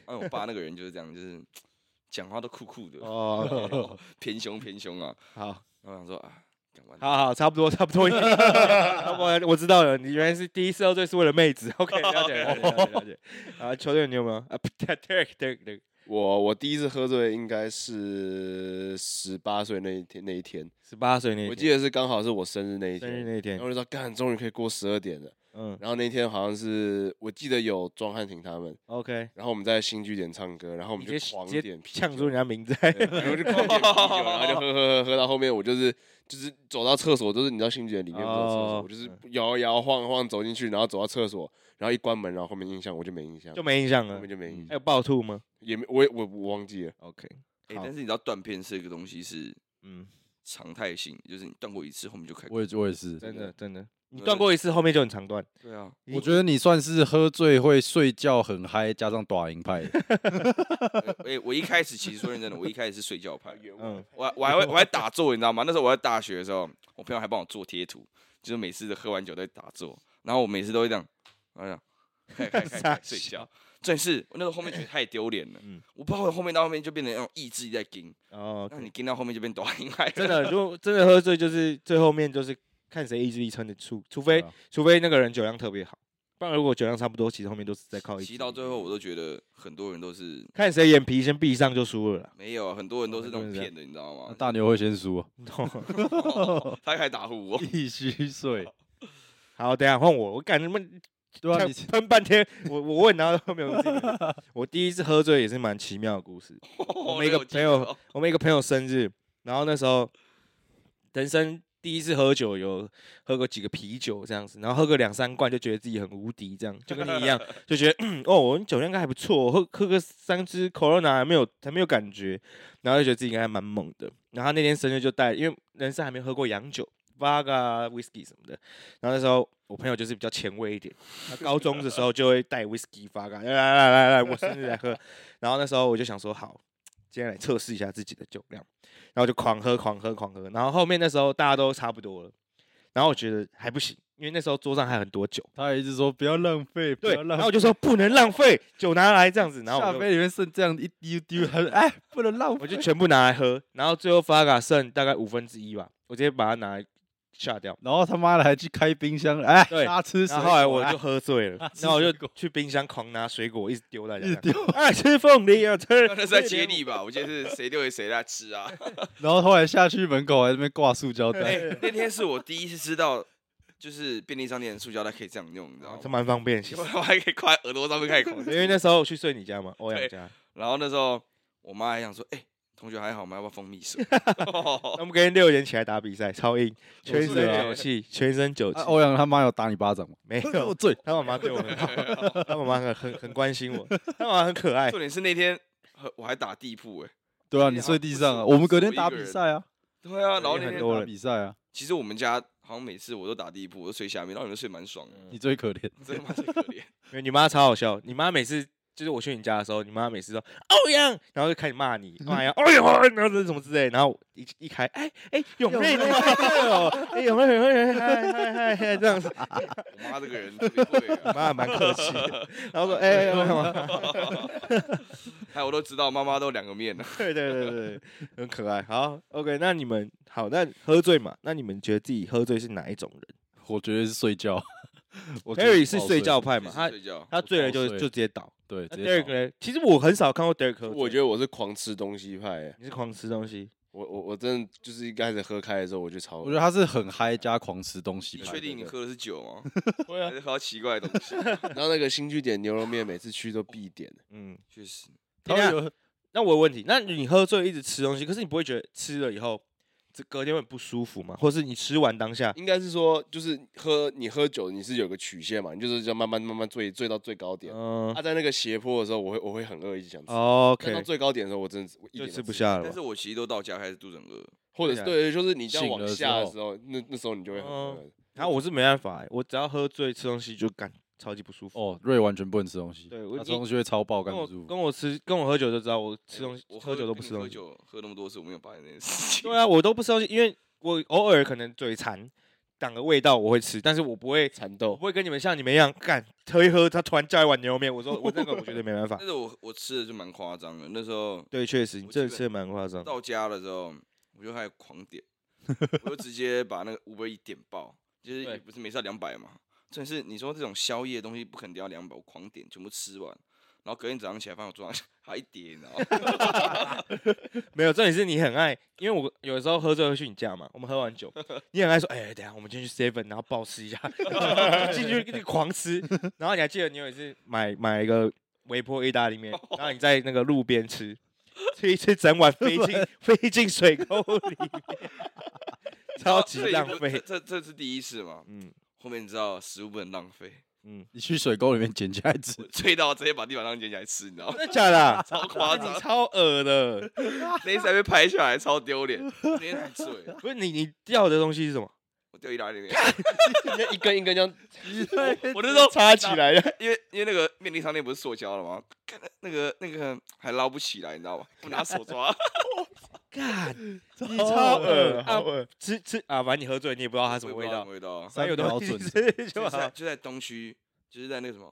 Speaker 2: 因为我爸那个人就是这样，就是讲话都酷酷的，
Speaker 1: 哦，
Speaker 2: 偏凶偏凶啊。
Speaker 1: 好，
Speaker 2: 然后我想说啊，干 完
Speaker 1: 好好，差不多，差不 多，差不多，我知道了，你原来是第一次喝醉是为了妹子，OK，了 解，了解，了解了 解。啊，球队你有没有？啊，Derek，Derek，Derek，Derek
Speaker 4: 我我第一次喝醉应该是十八岁那一天，那一天
Speaker 1: 十八岁那一
Speaker 4: 我记
Speaker 1: 天，
Speaker 4: 得是刚好是我生日那一
Speaker 1: 生日
Speaker 4: 天，
Speaker 1: 那一
Speaker 4: 然
Speaker 1: 天
Speaker 4: 后，我就说干，终于可以过十二点了。
Speaker 1: 嗯
Speaker 4: 然后那天好像是我记得有庄汉庭他们，
Speaker 1: ，OK，
Speaker 4: 然后我们在新据点唱歌，然后我们
Speaker 1: 你直
Speaker 4: 就
Speaker 1: 接
Speaker 4: 狂
Speaker 1: 直接
Speaker 4: 点啤
Speaker 1: 呛出
Speaker 4: 酒，
Speaker 1: 人家 名字来，
Speaker 4: 对然后就狂点啤酒，然后就喝喝喝喝到后面，我就是就是走到厕所，就是你知道新据点里面不是有厕所，
Speaker 1: 哦
Speaker 4: 我就是摇摇晃晃走进去，然后走到厕所，然后一关门，然后后面印象我就没印象，
Speaker 1: 就嗯没印象
Speaker 4: 后
Speaker 1: 了
Speaker 4: 面。就没印
Speaker 1: 还
Speaker 4: 象，
Speaker 1: 有暴吐吗
Speaker 4: 也没我也我我忘记了，
Speaker 1: ？OK，
Speaker 2: 哎、
Speaker 1: 好
Speaker 2: 但是你知道断片是一个东西是
Speaker 1: 嗯，
Speaker 2: 常态性，就是你断过一次，后面就开。
Speaker 3: 我也我也是，
Speaker 1: 真的真的，你
Speaker 2: 对
Speaker 1: 断过一次，后面就很常断。
Speaker 2: 对 啊，
Speaker 3: 我觉得你算是喝醉会睡觉很嗨，加上打赢 派的，
Speaker 2: 哎、我一开始其实说认真的，我一开始是睡觉派，
Speaker 1: 嗯，
Speaker 2: 我还我还会我还打坐，你知道吗？那时候我在大学的时候，我朋友还帮我做贴图，就是每次喝完酒都会打坐，然后我每次都会这样，哎呀，开开开开睡觉。正是我那时候后面觉得太丢脸了，
Speaker 1: 嗯
Speaker 2: 我不知道为后面到后面就变成那种意志力在盯，
Speaker 1: 哦
Speaker 2: 那
Speaker 1: ，OK，
Speaker 2: 你盯到后面就变短音来
Speaker 1: 真的，如果真的喝醉，就是最后面就是看谁意志力撑得住，除非、
Speaker 3: 对啊
Speaker 1: 除非那个人酒量特别好，不然如果酒量差不多，其实后面都是在靠意志
Speaker 2: 其实
Speaker 1: 力。
Speaker 2: 到最后我都觉得很多人都是
Speaker 1: 看谁眼皮先闭上就输了啦。
Speaker 2: 没有啊，很多人都是那种
Speaker 1: 很多人
Speaker 2: 骗的，你知道吗？
Speaker 1: 哦
Speaker 3: 大牛会先输 啊，
Speaker 2: 他还打呼我，
Speaker 3: 必须睡。
Speaker 1: 好，等一下换我，我感觉们
Speaker 3: 对啊，你
Speaker 1: 喷半天， 我我问，然后都没有自己 的。我第一次喝醉也是蛮奇妙的故 事。我们一个
Speaker 2: 没有记
Speaker 1: 朋友
Speaker 2: 哦得哦
Speaker 1: 我们一个朋友生日，然后那时候人生第一次喝酒有喝过几个啤酒这样子，然后喝个两三罐就觉得自己很无敌，这样就跟你一样，就觉得嗯哦，我酒量应该还不错，喝喝个三支 Corona 还没有还没有感觉，然后就觉得自己应该还蛮猛的。然后他那天生日就带，因为人生还没喝过洋酒。Vaga whisky 什么的，然后那时候我朋友就是比较前卫一点，他高中的时候就会带 whisky Vaga，来来来来来，我生日来喝。然后那时候我就想说，好，今天来测试一下自己的酒量，然后就狂喝狂喝狂喝。然后后面那时候大家都差不多了，然后我觉得还不行，因为那时候桌上还有很多酒，
Speaker 3: 他还一直说不要浪费，不
Speaker 1: 对，
Speaker 3: 要浪
Speaker 1: 然
Speaker 3: 费。
Speaker 1: 后我就说不能浪费，酒拿来这样子，然后我
Speaker 3: 下
Speaker 1: 就
Speaker 3: 杯里面剩这样一丢丢，他说哎，不能浪
Speaker 1: 我
Speaker 3: 费。
Speaker 1: 就全部拿来喝，然后最后 Faga 剩大概五分之一吧，我直接把它拿来下掉。
Speaker 3: 然后他妈的还去开冰箱，哎，
Speaker 1: 对
Speaker 3: 他吃水
Speaker 1: 然
Speaker 3: 果。
Speaker 1: 后后来我
Speaker 3: 哎
Speaker 1: 就喝醉 了，
Speaker 3: 吃
Speaker 1: 然后我
Speaker 3: 水
Speaker 1: 就
Speaker 3: 果
Speaker 1: 去冰箱狂拿水果，一直丢大家
Speaker 3: 一直
Speaker 1: 看，
Speaker 3: 丢。
Speaker 1: 哎，吃凤梨啊，吃
Speaker 2: 那是在接力 吧？我记得是谁丢给谁来吃啊。
Speaker 3: 然后后来下去门口还在那边挂塑胶
Speaker 2: 哎、
Speaker 3: 袋，
Speaker 2: 那天是我第一次知道，就是便利商店的塑胶袋可以这样用，你知道
Speaker 1: 哦这
Speaker 2: 吗？
Speaker 1: 蛮方便，其实
Speaker 2: 我还可以挂在耳朵上面开始狂
Speaker 1: 因为那时候我去睡你家嘛，欧阳
Speaker 2: 对
Speaker 1: 家，
Speaker 2: 然后那时候我妈还想说，哎、同学还好吗？要不要蜂 蜜水？
Speaker 1: 他们跟六点起来打比赛，超硬，全
Speaker 3: 醉
Speaker 1: 身
Speaker 3: 了
Speaker 1: 酒气，全身酒气
Speaker 3: 啊，欧阳他妈有打你巴掌吗？
Speaker 1: 没
Speaker 3: 我
Speaker 1: 有。
Speaker 3: 醉，
Speaker 1: 他妈妈对我很好，他妈妈很很很关心我，他妈妈很可爱
Speaker 2: 重。点是那天呃我还打地铺哎、
Speaker 3: 对啊，
Speaker 2: 你
Speaker 3: 你
Speaker 2: 好像
Speaker 3: 睡地
Speaker 2: 不
Speaker 3: 上
Speaker 2: 是
Speaker 3: 啊，
Speaker 2: 我
Speaker 3: 我们
Speaker 2: 是
Speaker 3: 隔
Speaker 2: 我
Speaker 3: 天
Speaker 2: 一
Speaker 3: 打
Speaker 2: 个
Speaker 3: 比
Speaker 2: 人
Speaker 3: 赛啊，
Speaker 2: 对啊，然后
Speaker 1: 也
Speaker 2: 那
Speaker 1: 很
Speaker 2: 天
Speaker 1: 多
Speaker 3: 打
Speaker 1: 人
Speaker 3: 比赛啊，
Speaker 2: 其实我们家好像每次我都打地铺，我都睡下面，然后你们睡蛮爽的，
Speaker 1: 嗯
Speaker 3: 你最可怜。
Speaker 2: 真的蛮可怜。
Speaker 1: 因为你妈超好笑，你妈每次就是我去你家的时候，你妈每次说欧阳，然后就开始骂你，妈呀，欧阳，然后什么之类，然后一一开，哎哎，永瑞，你好，哎永瑞，永瑞，嗨嗨嗨嗨，这样子，
Speaker 2: 我妈这个人特别会、
Speaker 1: 你
Speaker 2: 啊，
Speaker 1: 妈还蛮客气的，然后说哎，欧阳，
Speaker 2: 还哎有我都知道妈妈都两个面啊了、
Speaker 1: 对对对对，很可爱。好，OK，那你们好，那喝醉嘛，那你们觉得自己喝醉是哪一种人
Speaker 3: 我觉得是睡觉。我觉得
Speaker 1: ？Harry
Speaker 3: 不
Speaker 1: 是
Speaker 3: 好
Speaker 1: 睡觉派嘛，
Speaker 2: 就是
Speaker 1: 他
Speaker 2: 睡觉。
Speaker 1: 他醉了就
Speaker 3: 我
Speaker 1: 就
Speaker 3: 早睡
Speaker 1: 直接倒。
Speaker 3: 对，
Speaker 1: 那
Speaker 3: 直接
Speaker 1: Derek
Speaker 3: 倒
Speaker 1: 呢？其实我很少看过 Derek 喝醉，
Speaker 4: 我觉得我是狂吃东西派、欸，
Speaker 1: 你是狂吃东西。
Speaker 4: 我我我真的就是一开始喝开的时候我就超
Speaker 3: 我觉得他是很嗨加狂吃东西
Speaker 2: 你
Speaker 3: 派的。
Speaker 2: 确定你喝的是酒吗？
Speaker 1: 对啊
Speaker 2: 还是喝到奇怪的东西？
Speaker 4: 然后那个新据点牛肉面每次去都必点，
Speaker 1: 嗯，
Speaker 2: 确实，
Speaker 3: 他
Speaker 1: 等一下
Speaker 3: 会有
Speaker 1: 那我有问题，那你喝醉一直吃东西，可是你不会觉得吃了以后，这隔天会不舒服吗？或是你吃完当下，
Speaker 4: 应该是说就是喝你喝酒你是有个曲线嘛，你就是要慢慢慢慢醉醉到最高点。
Speaker 1: 嗯、
Speaker 4: 啊，在那个斜坡的时候，我会我会很饿，一直想吃。
Speaker 1: o
Speaker 4: 但到
Speaker 1: k
Speaker 4: 最高点的时候，我真的是我一
Speaker 1: 就
Speaker 4: 点
Speaker 1: 吃
Speaker 4: 都
Speaker 1: 不，下了
Speaker 2: 但
Speaker 1: 吧
Speaker 2: 是。我其实都到家开始肚子很饿，
Speaker 4: 或者是对，就是你这样
Speaker 3: 醒
Speaker 4: 往
Speaker 3: 了之
Speaker 4: 下的
Speaker 3: 后
Speaker 4: 时候，那那时候你就会很饿
Speaker 1: 嗯。然后、我是没办法、欸，我只要喝醉吃东西就感超级不舒服。
Speaker 3: 哦，瑞完全不能吃东西，
Speaker 1: 对我
Speaker 3: 他吃
Speaker 1: 你
Speaker 3: 东西会超爆
Speaker 1: 跟
Speaker 3: 干
Speaker 1: 我
Speaker 3: 不舒服。
Speaker 1: 跟我吃跟我喝酒就知道，我吃东西、
Speaker 2: 哎我
Speaker 1: 喝酒都不
Speaker 2: 跟
Speaker 1: 吃
Speaker 2: 你喝
Speaker 1: 东西。
Speaker 2: 酒喝那么多次，我没有发现这件事情。
Speaker 1: 对啊，我都不吃东西，因为我偶尔可能嘴馋，挡个味道我会吃，但是我不会
Speaker 4: 蚕
Speaker 1: 我
Speaker 4: 豆，
Speaker 1: 不会跟你们像你们一样干喝一喝，他突然叫一碗牛肉面，我说我那个我觉得没办法
Speaker 2: 但。是我我吃的就蛮夸张的，那时候
Speaker 1: 对，确实，你
Speaker 2: 我
Speaker 1: 这
Speaker 2: 基本
Speaker 1: 次蛮夸张。
Speaker 2: 到家的时候，我就开始 狂点，我就直接把那个五百一点爆，就是
Speaker 1: 对
Speaker 2: 也不是每次要两百嘛，重点是你说这种宵夜的东西不可能掉两百，我狂点全部吃完，然后隔天早上起来发现我桌上 还有一叠，你知道吗？
Speaker 1: 没有，重点是你很爱，因为我有时候喝醉会去你家嘛，我们喝完 酒，你很爱说，哎、等一下我们进去 seven，然后暴吃一下， 就进去一直狂吃，然后你还记得你有一次买买一个微波意大利面，然后你在那个路边吃，吃一吃整碗飞 进飞进水沟里面， 超级
Speaker 2: 这也
Speaker 1: 浪
Speaker 2: 不这
Speaker 1: 费。
Speaker 2: 这这是第一次嘛，
Speaker 1: 嗯
Speaker 2: 后面你知道食物不能浪费，
Speaker 1: 嗯，
Speaker 3: 你去水沟里面捡起来吃
Speaker 2: 我，醉到直接把地板上捡起来吃，你知 道吗？
Speaker 1: 真的假的啊、
Speaker 2: 超夸
Speaker 1: 你
Speaker 2: 张，
Speaker 1: 超恶的，
Speaker 2: 那一次还被拍下来，超丢脸，那天太醉了，
Speaker 1: 不是你你掉的东西 是什么？
Speaker 2: 我掉意大利面。
Speaker 4: 那一根一根这样
Speaker 2: 我那时候
Speaker 4: 插起来的，
Speaker 2: 因为因为那个便利商店不是塑胶的吗？看那个那个还捞不起来，你知 道吗？不拿手 抓，
Speaker 1: 干，你
Speaker 3: 超
Speaker 1: 超恶
Speaker 3: 恶
Speaker 1: 啊！吃吃啊，反正你喝醉，你也不知道它什么味道，
Speaker 2: 味道。
Speaker 1: 反正有东西
Speaker 3: 三
Speaker 1: 吃
Speaker 3: 秒
Speaker 2: 啊就
Speaker 1: 就是
Speaker 2: 在
Speaker 1: 好。
Speaker 2: 就在东区，就是在那个什么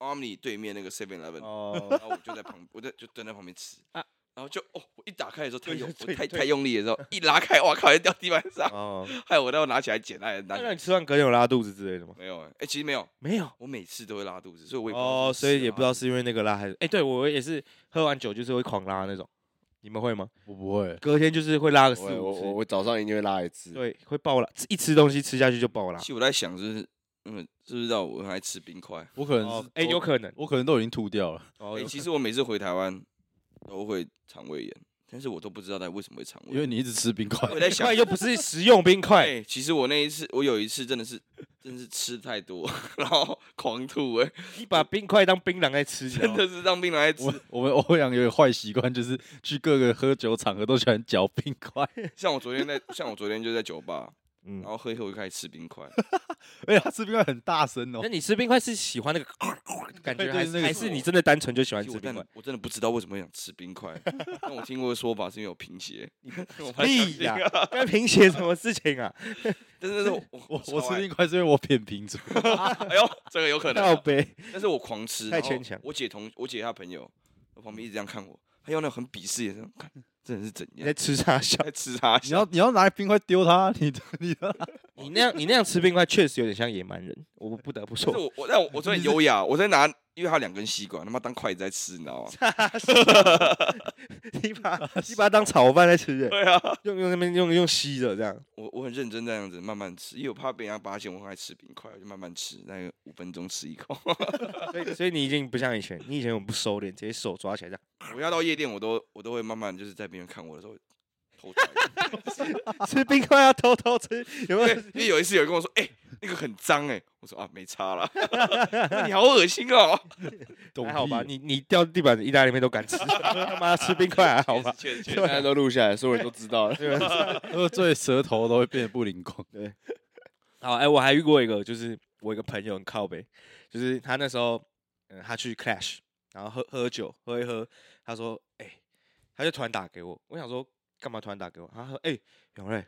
Speaker 2: Omni 对面那个 Seven Eleven，
Speaker 1: 哦，
Speaker 2: 然后我就在旁，我在就蹲在旁边吃
Speaker 1: 啊
Speaker 2: 然后就哦，我一打开的时候太
Speaker 1: 对
Speaker 2: 用，我
Speaker 1: 对
Speaker 2: 太
Speaker 1: 对
Speaker 2: 太用力的 时候，一拉开，哇靠，就掉地板上，
Speaker 1: 哦，
Speaker 2: 害我都要拿起来捡，哎，拿
Speaker 1: 那
Speaker 2: 起
Speaker 1: 那
Speaker 2: 来
Speaker 1: 你吃完隔天有拉肚子之类的吗？
Speaker 2: 没有哎，哎其实没有，
Speaker 1: 没有。
Speaker 2: 我每次都会拉肚子，所以我也不知道
Speaker 1: 哦，
Speaker 2: 是
Speaker 1: 所以
Speaker 2: 吃啊
Speaker 1: 也
Speaker 2: 了
Speaker 1: 不知道
Speaker 2: 拉
Speaker 1: 是因为那个拉还是……哎，对我也是喝完酒就是会狂拉那种，你们会吗？
Speaker 3: 我不会。
Speaker 1: 隔天就是会拉个四
Speaker 4: 我我
Speaker 1: 五
Speaker 4: 我
Speaker 1: 次，
Speaker 4: 我早上一定会拉一次。
Speaker 1: 对，会爆拉，一吃东西吃下去就爆拉
Speaker 2: 其。实我在想，就是嗯，知不知道我很爱吃冰块？
Speaker 3: 我可能
Speaker 1: 哦
Speaker 3: 是，
Speaker 1: 哎，有
Speaker 3: 我
Speaker 1: 可能。
Speaker 3: 我可能都已经吐掉了。
Speaker 1: 哦
Speaker 2: 哎、
Speaker 1: 有可
Speaker 2: 其实我每次回台湾都会肠胃炎，但是我都不知道到底为什么会肠胃
Speaker 3: 因为你一直吃冰块
Speaker 2: 我，在想
Speaker 1: 块，又不是食用冰块，
Speaker 2: 哎，其实我那一次，我有一次真的是，真的是吃太多，然后狂吐、哎，
Speaker 1: 你把冰块当槟榔在吃，你知道
Speaker 2: 真
Speaker 1: 吗
Speaker 2: 的是让病人来吃
Speaker 3: 我。 我们欧阳有个坏习惯，就是去各个喝酒场合都喜欢嚼冰块。
Speaker 2: 像我昨天在，像我昨天就在酒吧，
Speaker 1: 嗯
Speaker 2: 然，后喝一喝我就开始吃冰块，
Speaker 3: 哎呀，他吃冰块很大声哦
Speaker 1: 那。你吃冰块是喜欢那个感觉，
Speaker 3: 对
Speaker 1: 还
Speaker 3: 那
Speaker 1: 是
Speaker 3: 个
Speaker 1: 还
Speaker 3: 是
Speaker 1: 是
Speaker 3: 我
Speaker 1: 你真的单纯就喜欢
Speaker 2: 其
Speaker 1: 吃
Speaker 2: 实我
Speaker 1: 冰块
Speaker 2: 但？我真的不知道为什么会想吃冰块。但我听过的说法是因为我贫血，我蛮相
Speaker 1: 屁
Speaker 2: 信
Speaker 1: 呀
Speaker 2: 啊！！
Speaker 1: 该贫血什么事情啊？
Speaker 2: 但是我
Speaker 3: 我
Speaker 2: 我
Speaker 3: 我
Speaker 2: 超
Speaker 3: 吃
Speaker 2: 爱
Speaker 3: 冰块是因为我扁 平足，
Speaker 2: 哎呦，这个有可能
Speaker 1: 倒
Speaker 2: 啊，
Speaker 1: 杯，
Speaker 2: 但是我狂吃，
Speaker 1: 太
Speaker 2: 然后
Speaker 1: 牵强
Speaker 2: 我姐同我姐她朋友，我旁边一直这样看我，她用那种很鄙视眼神看，真的是怎
Speaker 1: 你在
Speaker 2: 样
Speaker 1: 吃啥小？
Speaker 2: 在吃她
Speaker 3: 你要你要拿冰块丢他，你你
Speaker 1: 你那样你那样吃冰块确实有点像野蛮人，我不得不
Speaker 2: 但是
Speaker 1: 说。
Speaker 2: 我我但我我真的很优雅，我在拿，因为它有两根吸管，他妈当筷子在吃，你知道吗？
Speaker 1: 你把你把它当炒饭在吃，哎
Speaker 2: 对啊，
Speaker 1: 用用那边用用吸的 这样。
Speaker 2: 我我很认真这样子慢慢吃，因为我怕被人家发现我很爱吃冰块，我就慢慢吃，大概五分钟吃一口。
Speaker 1: 所以所以你已经不像以前，你以前很不收敛，直接手抓起来
Speaker 2: 我要到夜店，我都我都会慢慢就是在别人看我的时候偷吃，
Speaker 1: 这样吃冰块要偷偷吃，有没
Speaker 2: 因为
Speaker 1: 有？
Speaker 2: 因为有一次有人跟我说，哎、那个很脏哎、我说啊没差啦， 你好恶心哦、
Speaker 3: 懂
Speaker 1: 还好吧，你你掉地板的意大利面都敢 吃，他妈吃冰块还好吧？
Speaker 2: 确实，确实
Speaker 1: 对
Speaker 4: 大家 都录下来，所有人都知道了。
Speaker 1: 对吧
Speaker 3: 喝醉舌头都会变得不灵 光。
Speaker 1: 好，哎、我还遇过一个，就是我一个朋友很靠北，就是他那时候，嗯，他去 Clash，然后喝喝酒，喝一喝，他说，哎、他就突然打给我，我想说干嘛突然打给我？他说，哎、永瑞，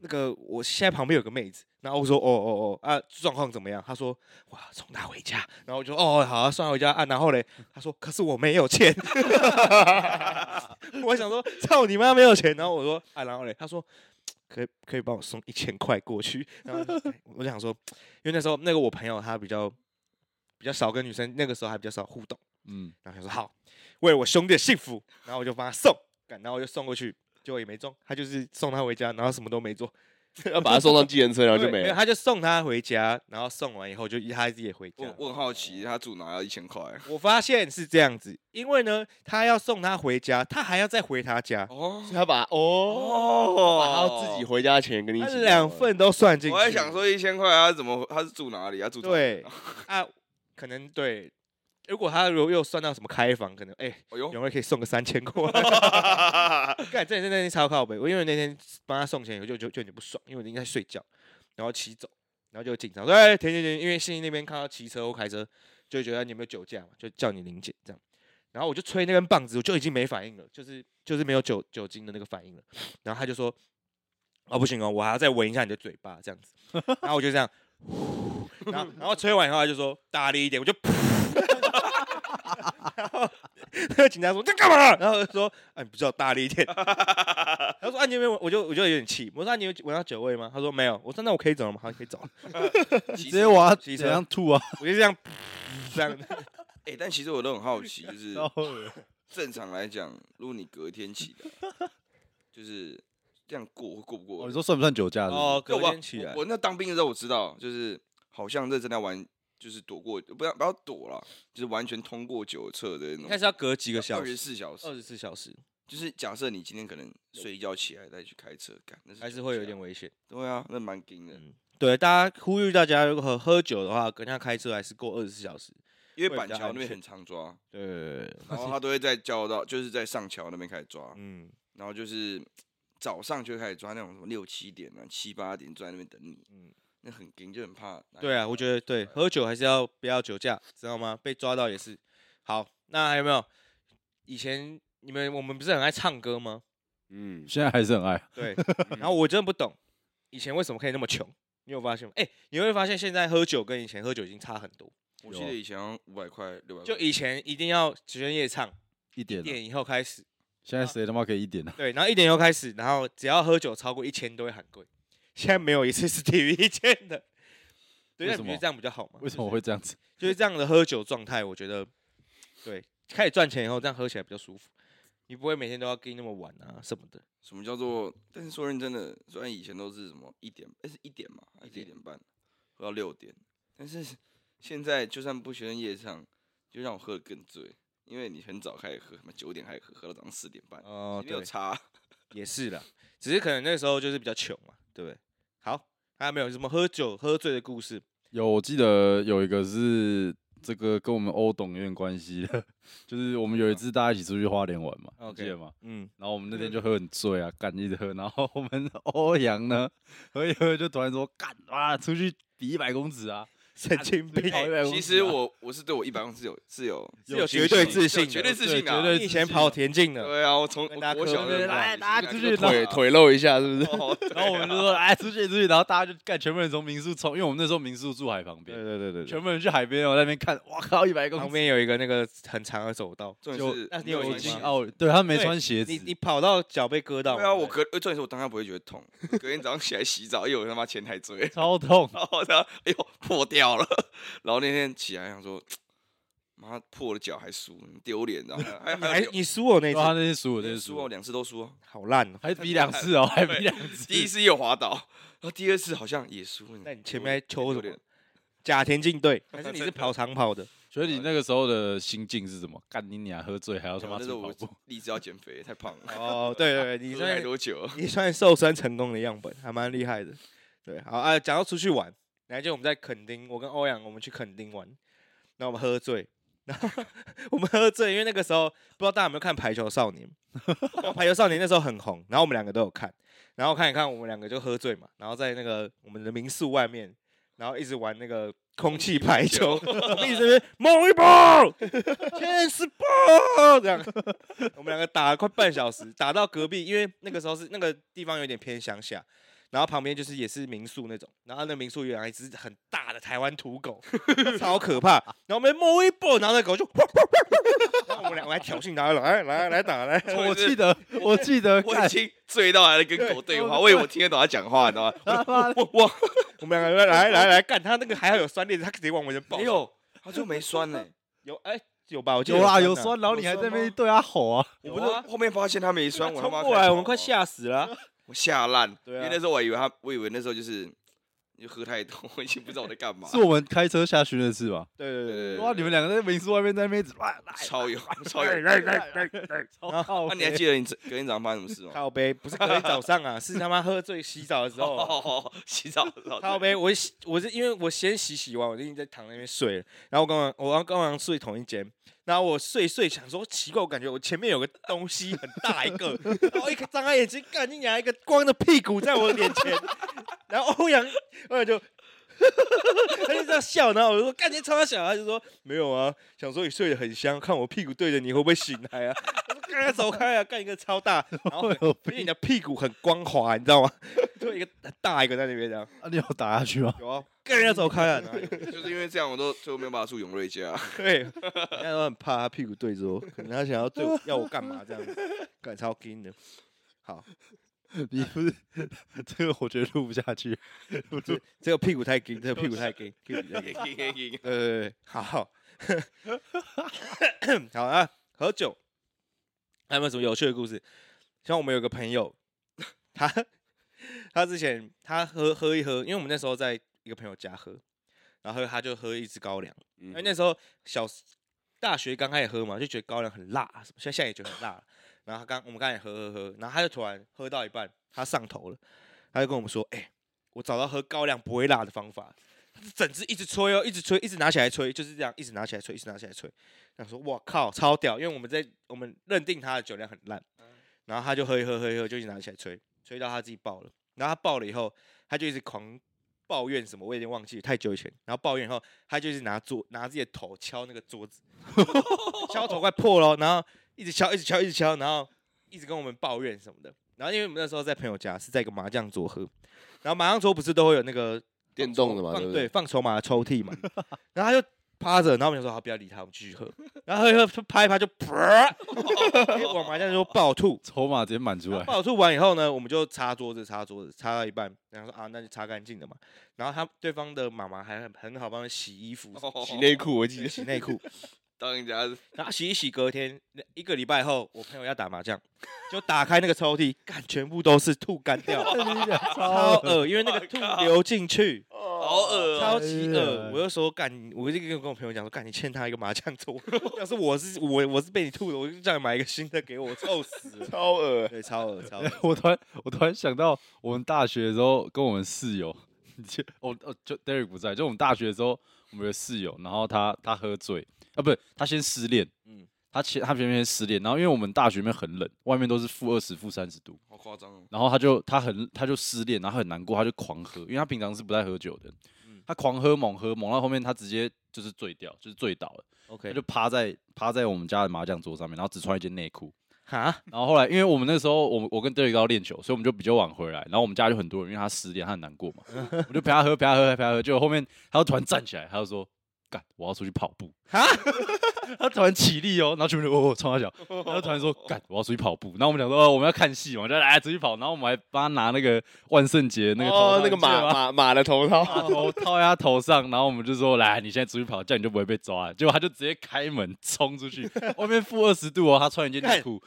Speaker 1: 那个我现在旁边有个妹子，然后我说，哦哦哦，啊，状况怎么样？他说，我要送她回家，然后我就，哦，好、啊，送她回家啊，然后嘞，他说，可是我没有钱， 我想说，操你妈没有钱，然后我说，啊，然后嘞，他说。可以可以帮我送一千块过去。然后我就哎我就想说，因为那时候那个我朋友他比较比较少跟女生，那个时候还比较少互动，
Speaker 3: 嗯，
Speaker 1: 然后想说好，为了我兄弟的幸福，然后我就帮他送，干然后我就送过去，结果也没中，他就是送他回家，然后什么都没做，
Speaker 4: 要把他送上计程车，然后就
Speaker 1: 对
Speaker 4: 没
Speaker 1: 有
Speaker 4: 了。
Speaker 1: 他就送他回家，然后送完以后就他自己也回家
Speaker 2: 我。我很好奇他住哪要一千块
Speaker 1: 我发现是这样子，因为呢，他要送他回家，他还要再回他家，
Speaker 2: 哦
Speaker 4: 他把哦，
Speaker 2: 哦
Speaker 4: 把他自己回家钱跟你一
Speaker 1: 他
Speaker 4: 起
Speaker 1: 两份都算进去。
Speaker 2: 我还想说一千块他怎么他是住哪里？他住台
Speaker 1: 对
Speaker 2: 南 啊，
Speaker 1: 啊，可能对。如果他如果又算到什么开房，可能哎、
Speaker 2: 哎呦，
Speaker 1: 永瑞可以送个三千块。
Speaker 2: 哎
Speaker 1: 干，真的是那天超靠北，我因为那天帮他送钱以后就就就有点不爽，因为我应该睡觉，然后骑走，然后就警察说：“哎、停停停！”因为信义那边看到骑车或开车，就会觉得你有没有酒驾嘛，就叫你临检这样。然后我就吹那根棒子，我就已经没反应了，就是就是没有酒酒精的那个反应了。然后他就说：“哦，不行哦，我还要再闻一下你的嘴巴这样子。”然后我就这样，呼然后然后吹完以后他就说：“大力一点！”我就。 然后 那个警察说：“你在干嘛？”然后我就说：“啊，你不知道大力一点。”他说：“啊，你有没有闻？”我就我就有点气。我说：“啊，你有闻到酒味吗？”他说：“没有。”我说：“那我可以走了吗？”他说：“可以走了。
Speaker 3: 直接往
Speaker 1: 骑
Speaker 3: 怎
Speaker 1: 车
Speaker 3: 样吐 啊？”
Speaker 1: 我就这样这样。
Speaker 2: 哎、但其实我都很好 奇，就是
Speaker 1: 哦
Speaker 3: 然后呢
Speaker 2: 正常来讲，如果你隔天起来， 就是这样过会过不过？
Speaker 3: 哦你说算不算酒驾？
Speaker 1: 哦
Speaker 3: 哦，，
Speaker 1: 隔
Speaker 2: 我
Speaker 1: 天起来
Speaker 2: 我，我那当兵的时候我知道，就是好像认真在玩，就是躲过，不要不要躲了，就是完全通过酒测的
Speaker 1: 应该
Speaker 2: 那种。
Speaker 1: 是要隔几个小
Speaker 2: 二十
Speaker 1: 时，
Speaker 2: 四小时，
Speaker 1: 二十四小时
Speaker 2: 就是假设你今天可能睡一觉起来再去开车，干那是
Speaker 1: 还
Speaker 2: 酒
Speaker 1: 是会有
Speaker 2: 驾
Speaker 1: 点。危险。
Speaker 2: 对啊，那蛮惊的，
Speaker 1: 嗯对，大家呼吁大家，如果喝酒的话，跟他开车还是过二十四小时。
Speaker 2: 因为
Speaker 1: 会比
Speaker 2: 板
Speaker 1: 较
Speaker 2: 桥
Speaker 1: 安
Speaker 2: 那边
Speaker 1: 全
Speaker 2: 很常抓，
Speaker 1: 对，
Speaker 2: 然后他都会在交到，就是在上桥那边开始抓，
Speaker 1: 嗯
Speaker 2: 然后就是早上就会开始抓那种什么六七点啊、七八点坐在那边等你，
Speaker 1: 嗯，
Speaker 2: 那很惊，就很怕。
Speaker 1: 对啊，我觉得对，喝酒还是要不要酒驾，知道吗？被抓到也是。好，那还有没有？以前你们我们不是很爱唱歌吗？
Speaker 4: 嗯，
Speaker 3: 现在还是很爱。啊
Speaker 1: 对，然后我真的不懂，以前为什么可以那么穷？你有发现吗？哎、你会发现现在喝酒跟以前喝酒已经差很多。
Speaker 2: 我记得以前五百块、六
Speaker 3: 呃
Speaker 2: 百块，
Speaker 1: 就以前一定要直接夜唱，
Speaker 3: 一点
Speaker 1: 一
Speaker 3: 啊，
Speaker 1: 点哦以后开始，
Speaker 3: 现在谁他妈可以一点啊呢？
Speaker 1: 对，然后一点以后开始，然后只要喝酒超过一千都会喊贵。现在没有一次是低于一千的，对，
Speaker 3: 为
Speaker 1: 那
Speaker 3: 什
Speaker 1: 你觉得
Speaker 3: 么
Speaker 1: 这样比较好吗？
Speaker 3: 为什么会这样子？
Speaker 1: 就是这样的喝酒状态？我觉得，对，开始赚钱以后，这样喝起来比较舒服，你不会每天都要跟那么晚啊什么的。
Speaker 2: 什么叫做？但是说认真的，虽然以前都是什么一点，哎、是一点嘛，还是一
Speaker 1: 点
Speaker 2: 点半，喝到六点，但是现在就算不学生夜唱，就让我喝得更醉。因为你很早开始喝，什么九点开始喝，喝到早上四点半，
Speaker 1: 哦，
Speaker 2: 没有
Speaker 1: 对，
Speaker 2: 差。
Speaker 1: 也是啦，只是可能那时候就是比较穷嘛，对不对？好，还有没有什么喝酒喝醉的故事？
Speaker 3: 有，我记得有一个是这个跟我们欧董有点关系的， 就是我们有一次大家一起出去花莲玩嘛，你记
Speaker 1: 嗯 OK
Speaker 3: 得吗？
Speaker 1: 嗯，
Speaker 3: 然后我们那天就喝很醉啊，干一直喝，然后我们 欧阳呢喝一喝就突然说干啊，出去比一百公尺啊，
Speaker 1: 神经病，
Speaker 3: 跑一百公尺啊、
Speaker 2: 其实我我是对我一百公尺有是有，
Speaker 1: 是有
Speaker 3: 信
Speaker 1: 绝对
Speaker 3: 心
Speaker 1: 自信的，
Speaker 2: 绝对自信啊
Speaker 3: 绝对
Speaker 1: 你以前跑田径的，
Speaker 2: 对啊，我从我
Speaker 1: 跟大家
Speaker 2: 国小
Speaker 1: 科
Speaker 2: 的
Speaker 1: 普
Speaker 3: 来大
Speaker 2: 啊
Speaker 3: 家出去
Speaker 4: 腿
Speaker 1: 啊
Speaker 4: 腿露一下是不是？
Speaker 3: 然后我们就说哎出去出去，然后大家就干全部人从民宿冲，因为我们那时候民宿住海旁
Speaker 1: 对
Speaker 3: 边，
Speaker 1: 对对对对，
Speaker 3: 全部人去海边，哦然后在那边看，哇靠一百公
Speaker 1: 旁
Speaker 3: 尺，
Speaker 1: 边有一个那个很长的走道，
Speaker 2: 重
Speaker 3: 就
Speaker 2: 点是
Speaker 1: 那你
Speaker 2: 没有
Speaker 1: 有
Speaker 3: 酒
Speaker 2: 穿
Speaker 1: 经
Speaker 3: 精
Speaker 2: 鞋
Speaker 1: 验
Speaker 3: 奥运，哦对他没
Speaker 1: 对
Speaker 3: 穿鞋子，
Speaker 1: 你你跑到脚被割到嘛，
Speaker 2: 对啊，我隔呃重点是我当下不会觉得痛，隔天早上起来洗澡，哎又有他妈前台追，
Speaker 3: 超痛，
Speaker 2: 然后他哎呦破掉了，然后那天起来想说，妈破了脚还输，丢脸，然后还
Speaker 1: 你
Speaker 2: 还
Speaker 1: 还
Speaker 2: 有
Speaker 1: 你输我那
Speaker 3: 对他
Speaker 1: 次，
Speaker 3: 那天输我，那天
Speaker 2: 输啊，
Speaker 3: 输
Speaker 2: 我，两次都输啊，
Speaker 1: 好烂 哦，
Speaker 3: 还比两次哦，还比
Speaker 2: 对
Speaker 3: 两次，
Speaker 2: 第一次有滑倒，然后第二次好像也输了。
Speaker 1: 那你前面在
Speaker 2: 有
Speaker 1: 抽什
Speaker 2: 点
Speaker 1: 么？假田径队，还是你是跑长跑的？
Speaker 3: 所以你那个时候的心境是什么？干你娘，喝醉还要他妈
Speaker 2: 啊那时候
Speaker 3: 出去
Speaker 2: 我
Speaker 3: 跑步，
Speaker 2: 立志要减肥，太胖了。
Speaker 1: 哦，对对 对，你
Speaker 2: 喝没
Speaker 1: 算
Speaker 2: 多久了，
Speaker 1: 你算瘦身成功的样本，还蛮厉害的。对，好啊，讲到出去玩，然后就我们在垦丁，我跟欧阳我们去垦丁玩，然后我们喝醉，然后 我们喝醉，因为那个时候不知道大家有没有看《排球少年》， 然后《排球少年》那时候很红，然后我们两个都有看，然后看一看我们两个就喝醉嘛，然后在那个我们的民宿外面，然后一直玩那个空气排球，我们一直在那边猛一爆，天使爆这样， 我们两个打了快半小时，打到隔壁，因为那个时候是那个地方有点偏乡下，然后旁边就是也是民宿那种，然后那民宿有养一只很大的台湾土狗，超可怕。然后我们摸一波，然后那狗就，然后我们两个还挑衅它，来来来打来，
Speaker 2: 我
Speaker 3: 我
Speaker 2: 是
Speaker 3: 记得，我记得，
Speaker 2: 我已
Speaker 3: 干
Speaker 2: 经醉到还在跟狗对话，我以为我听得懂他讲话，你知道吗？
Speaker 3: 他妈的
Speaker 2: 我我
Speaker 1: 我们两个来来来干它，那个还要有酸链子，它直接往我们这抱。
Speaker 2: 没有，他就没酸 呢。
Speaker 1: 有哎有吧？我记得
Speaker 3: 有啊有
Speaker 1: 啊，
Speaker 3: 酸，然后你还在那
Speaker 2: 有酸
Speaker 3: 边
Speaker 2: 吗
Speaker 3: 对他吼啊，
Speaker 2: 我
Speaker 1: 有
Speaker 2: 不
Speaker 1: 啊
Speaker 2: 是后面发现他没酸，我他
Speaker 1: 冲
Speaker 2: 妈
Speaker 1: 过
Speaker 2: 开
Speaker 1: 来，
Speaker 2: 始
Speaker 1: 我们快
Speaker 2: 跑啊，
Speaker 1: 吓死了啊。
Speaker 2: 我吓烂。因
Speaker 1: 对
Speaker 2: 为
Speaker 1: 啊
Speaker 2: 那时候我以为他，我以为那时候就是就喝太多，我已经不知道我在干嘛。
Speaker 3: 是我们开车下去那次吧？
Speaker 1: 对对对对。
Speaker 2: 对
Speaker 3: 哇，你们两个在民宿外面在那边一直哇来
Speaker 2: 超有超 有。
Speaker 3: 来来来来， 超靠
Speaker 2: 那你还
Speaker 3: 北
Speaker 2: 记得你这隔天早上发生什么事 吗？
Speaker 1: 啊靠背不是隔天早上啊，是他妈喝醉洗澡的时候啊、
Speaker 2: 哦，洗澡的时候，
Speaker 1: 靠呗，我洗我是因为我先洗洗完，我就已经在躺那边睡了。然后我刚刚我刚刚刚睡同一间，然后我睡一睡想说奇怪，我感觉我前面有个东西很大一 个，然后一张开眼睛，赶紧拿一个光着屁股在我脸前，然后 欧阳欧阳就。他就这样笑，然后我就说：“干你超小。”他就说：“没有啊，想说你睡得很香，看我屁股对着你会不会醒来啊？” 我说：“赶快走开啊，干一个超大，然 后很
Speaker 3: 有
Speaker 1: 而且你的哦屁股很光滑，你知道吗？ 就一个很大一个在那边这样。”
Speaker 3: 啊！你有打下去吗？
Speaker 1: 有啊，跟人家走开 啊！
Speaker 2: 就是因为这样，我都最后没有办法住永瑞家。
Speaker 1: 对，人家都很怕他屁股对着 我，可能他想要对我要我干嘛这样子，干超劲的。好，
Speaker 3: 你不是 这个，我觉得录不下去。
Speaker 1: 这个屁股太劲，这个屁股太劲，屁股太劲。对对对，呃好，好啊，喝酒，还有没有什么有趣的故事？像我们有个朋友，他他之前他喝喝一喝，因为我们那时候在一个朋友家喝，然后他就喝一支高粱。因为那时候小时大学刚开始喝嘛，就觉得高粱很辣，啊什么现在现在也觉得很辣。然后他刚我们刚才喝喝喝，然后他就突然喝到一半，他上头了，他就跟我们说：“哎、我找到喝高粱不会辣的方法。”他是整支一直吹哦，一直吹，一直拿起来吹，就是这样，一直拿起来吹，一直拿起来吹。他说：“我靠，超屌！”因为我们在我们认定他的酒量很烂，然后他就喝一喝喝一喝，就一直拿起来吹，吹到他自己爆了。然后他爆了以后，他就一直狂抱怨什么，我有点忘记了，太久以前。然后抱怨以后，他就是拿桌拿自己的头敲那个桌子， 敲头快破了，哦然后一直敲，一直敲，一直敲，然后一直跟我们抱怨什么的。然后因为我们那时候在朋友家，是在一个麻将桌喝，然后麻将桌不是都会有那个
Speaker 4: 电动的嘛，
Speaker 1: 放
Speaker 4: 对不
Speaker 1: 对？放筹码的抽 屉嘛，然后他就趴着，然后我们就说好不要理他，我们继续喝，然后喝一喝拍一拍就啪，直接 往麻将桌爆 吐，
Speaker 3: 筹码直接满出
Speaker 1: 然后
Speaker 3: 来，，
Speaker 1: 爆吐完以后呢，我们就擦桌子，擦桌子，擦到一半，然后说啊，那就擦干净的嘛。然后他对方的妈妈还很很好帮他洗衣服、
Speaker 4: 洗内裤我记
Speaker 1: 洗
Speaker 4: 得，
Speaker 1: 洗内裤，
Speaker 2: 当人家
Speaker 1: 然后洗一洗，隔天一个礼拜后，我朋友要打麻将，就打开那个抽 屉，干全部都是吐干掉
Speaker 3: 超
Speaker 1: 超恶，因为那个吐流进去，
Speaker 2: 好恶
Speaker 1: 超
Speaker 2: 哦、
Speaker 1: 级
Speaker 3: 哎
Speaker 1: 恶
Speaker 3: 呀！
Speaker 1: 我就说干，我就跟跟我朋友讲说，干你欠他一个麻将桌。要是我是我我是被你吐的，我就叫你买一个新的给我，臭死了。
Speaker 4: 超恶，
Speaker 1: 对， 超恶超恶。
Speaker 3: 我突然我突然想到，我们大学的时候跟我们室友，你记哦哦，就 Derek 不在，就我们大学的时候，我们有个室友，然后他他喝醉啊，不是他先失恋，
Speaker 1: 嗯
Speaker 3: 嗯，他前他前面先失恋，然后因为我们大学里面很冷，外面都是负二十、负三十度，
Speaker 2: 好夸张哦！
Speaker 3: 然后他就他很他就失恋，然后很难过，他就狂喝，因为他平常是不太喝酒的，他狂喝猛喝猛到后面他直接就是醉掉，就是醉倒了，他
Speaker 1: OK，
Speaker 3: 就趴在趴在我们家的麻将桌上面，然后只穿一件内裤。
Speaker 1: 哈，
Speaker 3: 然后后来，因为我们那时候，我们我跟 Derek 要练球，所以我们就比较晚回来。然后我们家就很多人，因为他失恋，他很难过嘛，我就陪他喝，陪他喝，陪他喝。结果后面他就突然站起来，他就说：“干，我要出去跑步。”
Speaker 1: 哈，
Speaker 3: 他突然起立哦，然后全部就哦哦冲他脚，然后突然说：“干，我要出去跑步。”然后我们讲说：“哦，我们要看戏嘛，我就来出去跑。”然后我们还帮他拿那个万圣节那个头
Speaker 4: 哦
Speaker 3: 套
Speaker 4: 那
Speaker 3: 你
Speaker 4: 个
Speaker 3: 记得
Speaker 4: 马
Speaker 3: 吗
Speaker 4: 马马的头 套，
Speaker 3: 把头套在他头上，然后我们就说：“来，你现在出去跑，这样你就不会被抓。”结果他就直接开门冲出去，外面负二十度哦，他穿一件内裤，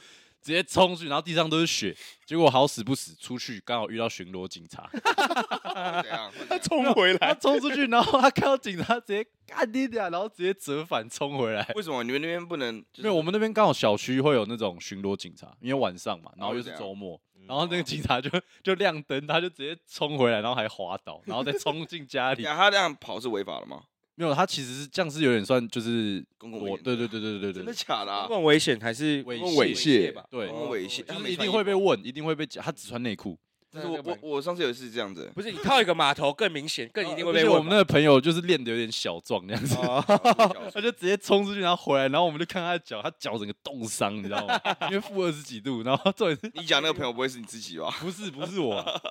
Speaker 3: 直接冲出去，然后地上都是血。结果好死不死，出去刚好遇到巡逻警察，
Speaker 2: 会怎 样？会怎样
Speaker 4: 冲回
Speaker 3: 他
Speaker 4: 来，
Speaker 3: 冲出去，然后他看到警察直接干你俩，然后直接折返冲回来。
Speaker 2: 为什么你们那边不能？就是
Speaker 3: 没有，我们那边刚好小区会有那种巡逻警察，因为晚上嘛，然后又是周末，然后那个警察就就亮灯，他就直接冲回来，然后还滑倒，然后再冲进 家里
Speaker 2: 呀，。他这样跑是违法的吗？
Speaker 3: 没有，他其实是这样，是有点算就是
Speaker 2: 公共
Speaker 3: 我
Speaker 2: 危险
Speaker 3: 对对对对对对
Speaker 2: 真的
Speaker 3: 对，
Speaker 2: 假的、
Speaker 1: 不
Speaker 2: 啊？
Speaker 1: 管危险还是
Speaker 3: 猥
Speaker 4: 猥亵
Speaker 2: 吧，
Speaker 3: 对
Speaker 2: 公共猥亵，他
Speaker 3: 就
Speaker 2: 没
Speaker 3: 是一
Speaker 2: 穿
Speaker 3: 定
Speaker 2: 衣服
Speaker 3: 会被。问，一定会被讲。他只穿内裤，
Speaker 2: 但是我我我上次有一次这样子，欸
Speaker 1: 不是你套一个码头更明显，更一定会
Speaker 3: 而
Speaker 1: 被
Speaker 3: 且
Speaker 1: 问吧。
Speaker 3: 我们那个朋友就是练的有点小壮那样子，
Speaker 2: 哦 他
Speaker 3: 啊 他就直接冲出去，然后回来，然后我们就看他的脚，他脚整个冻伤，你知道吗？因为负二十几度，然后重点是
Speaker 2: 你讲那个朋友不会是你自己吧？
Speaker 3: 不是不是我啊，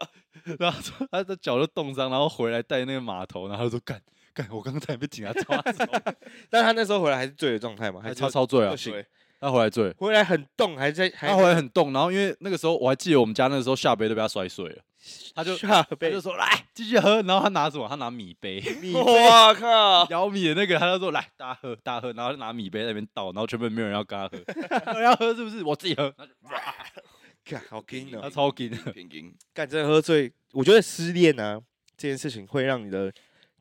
Speaker 3: 然后他他的脚就冻伤，然后回来带那个码头，然后他就说干干，我刚刚才被警察抓走，
Speaker 1: 但他那时候回来还是醉的状态嘛，还
Speaker 3: 还
Speaker 1: 是
Speaker 3: 超超醉啊
Speaker 1: 不，行，
Speaker 3: 他回来醉，
Speaker 1: 回来很冻，还在还
Speaker 3: 他回来很冻，然后因为那个时候我还记得我们家那时候下杯都被他摔碎了，他就
Speaker 1: 下
Speaker 3: 他
Speaker 1: 背
Speaker 3: 就说来继续喝，然后他拿什么？他拿米杯，
Speaker 2: 我靠！
Speaker 3: 舀米的那个，他就说来大家喝大家喝，然后就拿米杯在那边倒，然后全本没有人要跟他 喝，要喝是不是？我自己 喝，然后就哇
Speaker 1: 干好劲
Speaker 3: 他
Speaker 1: 哦，
Speaker 3: 超 劲的，
Speaker 2: 偏硬，
Speaker 1: 干真的喝醉，我觉得失恋啊这件事情会让你的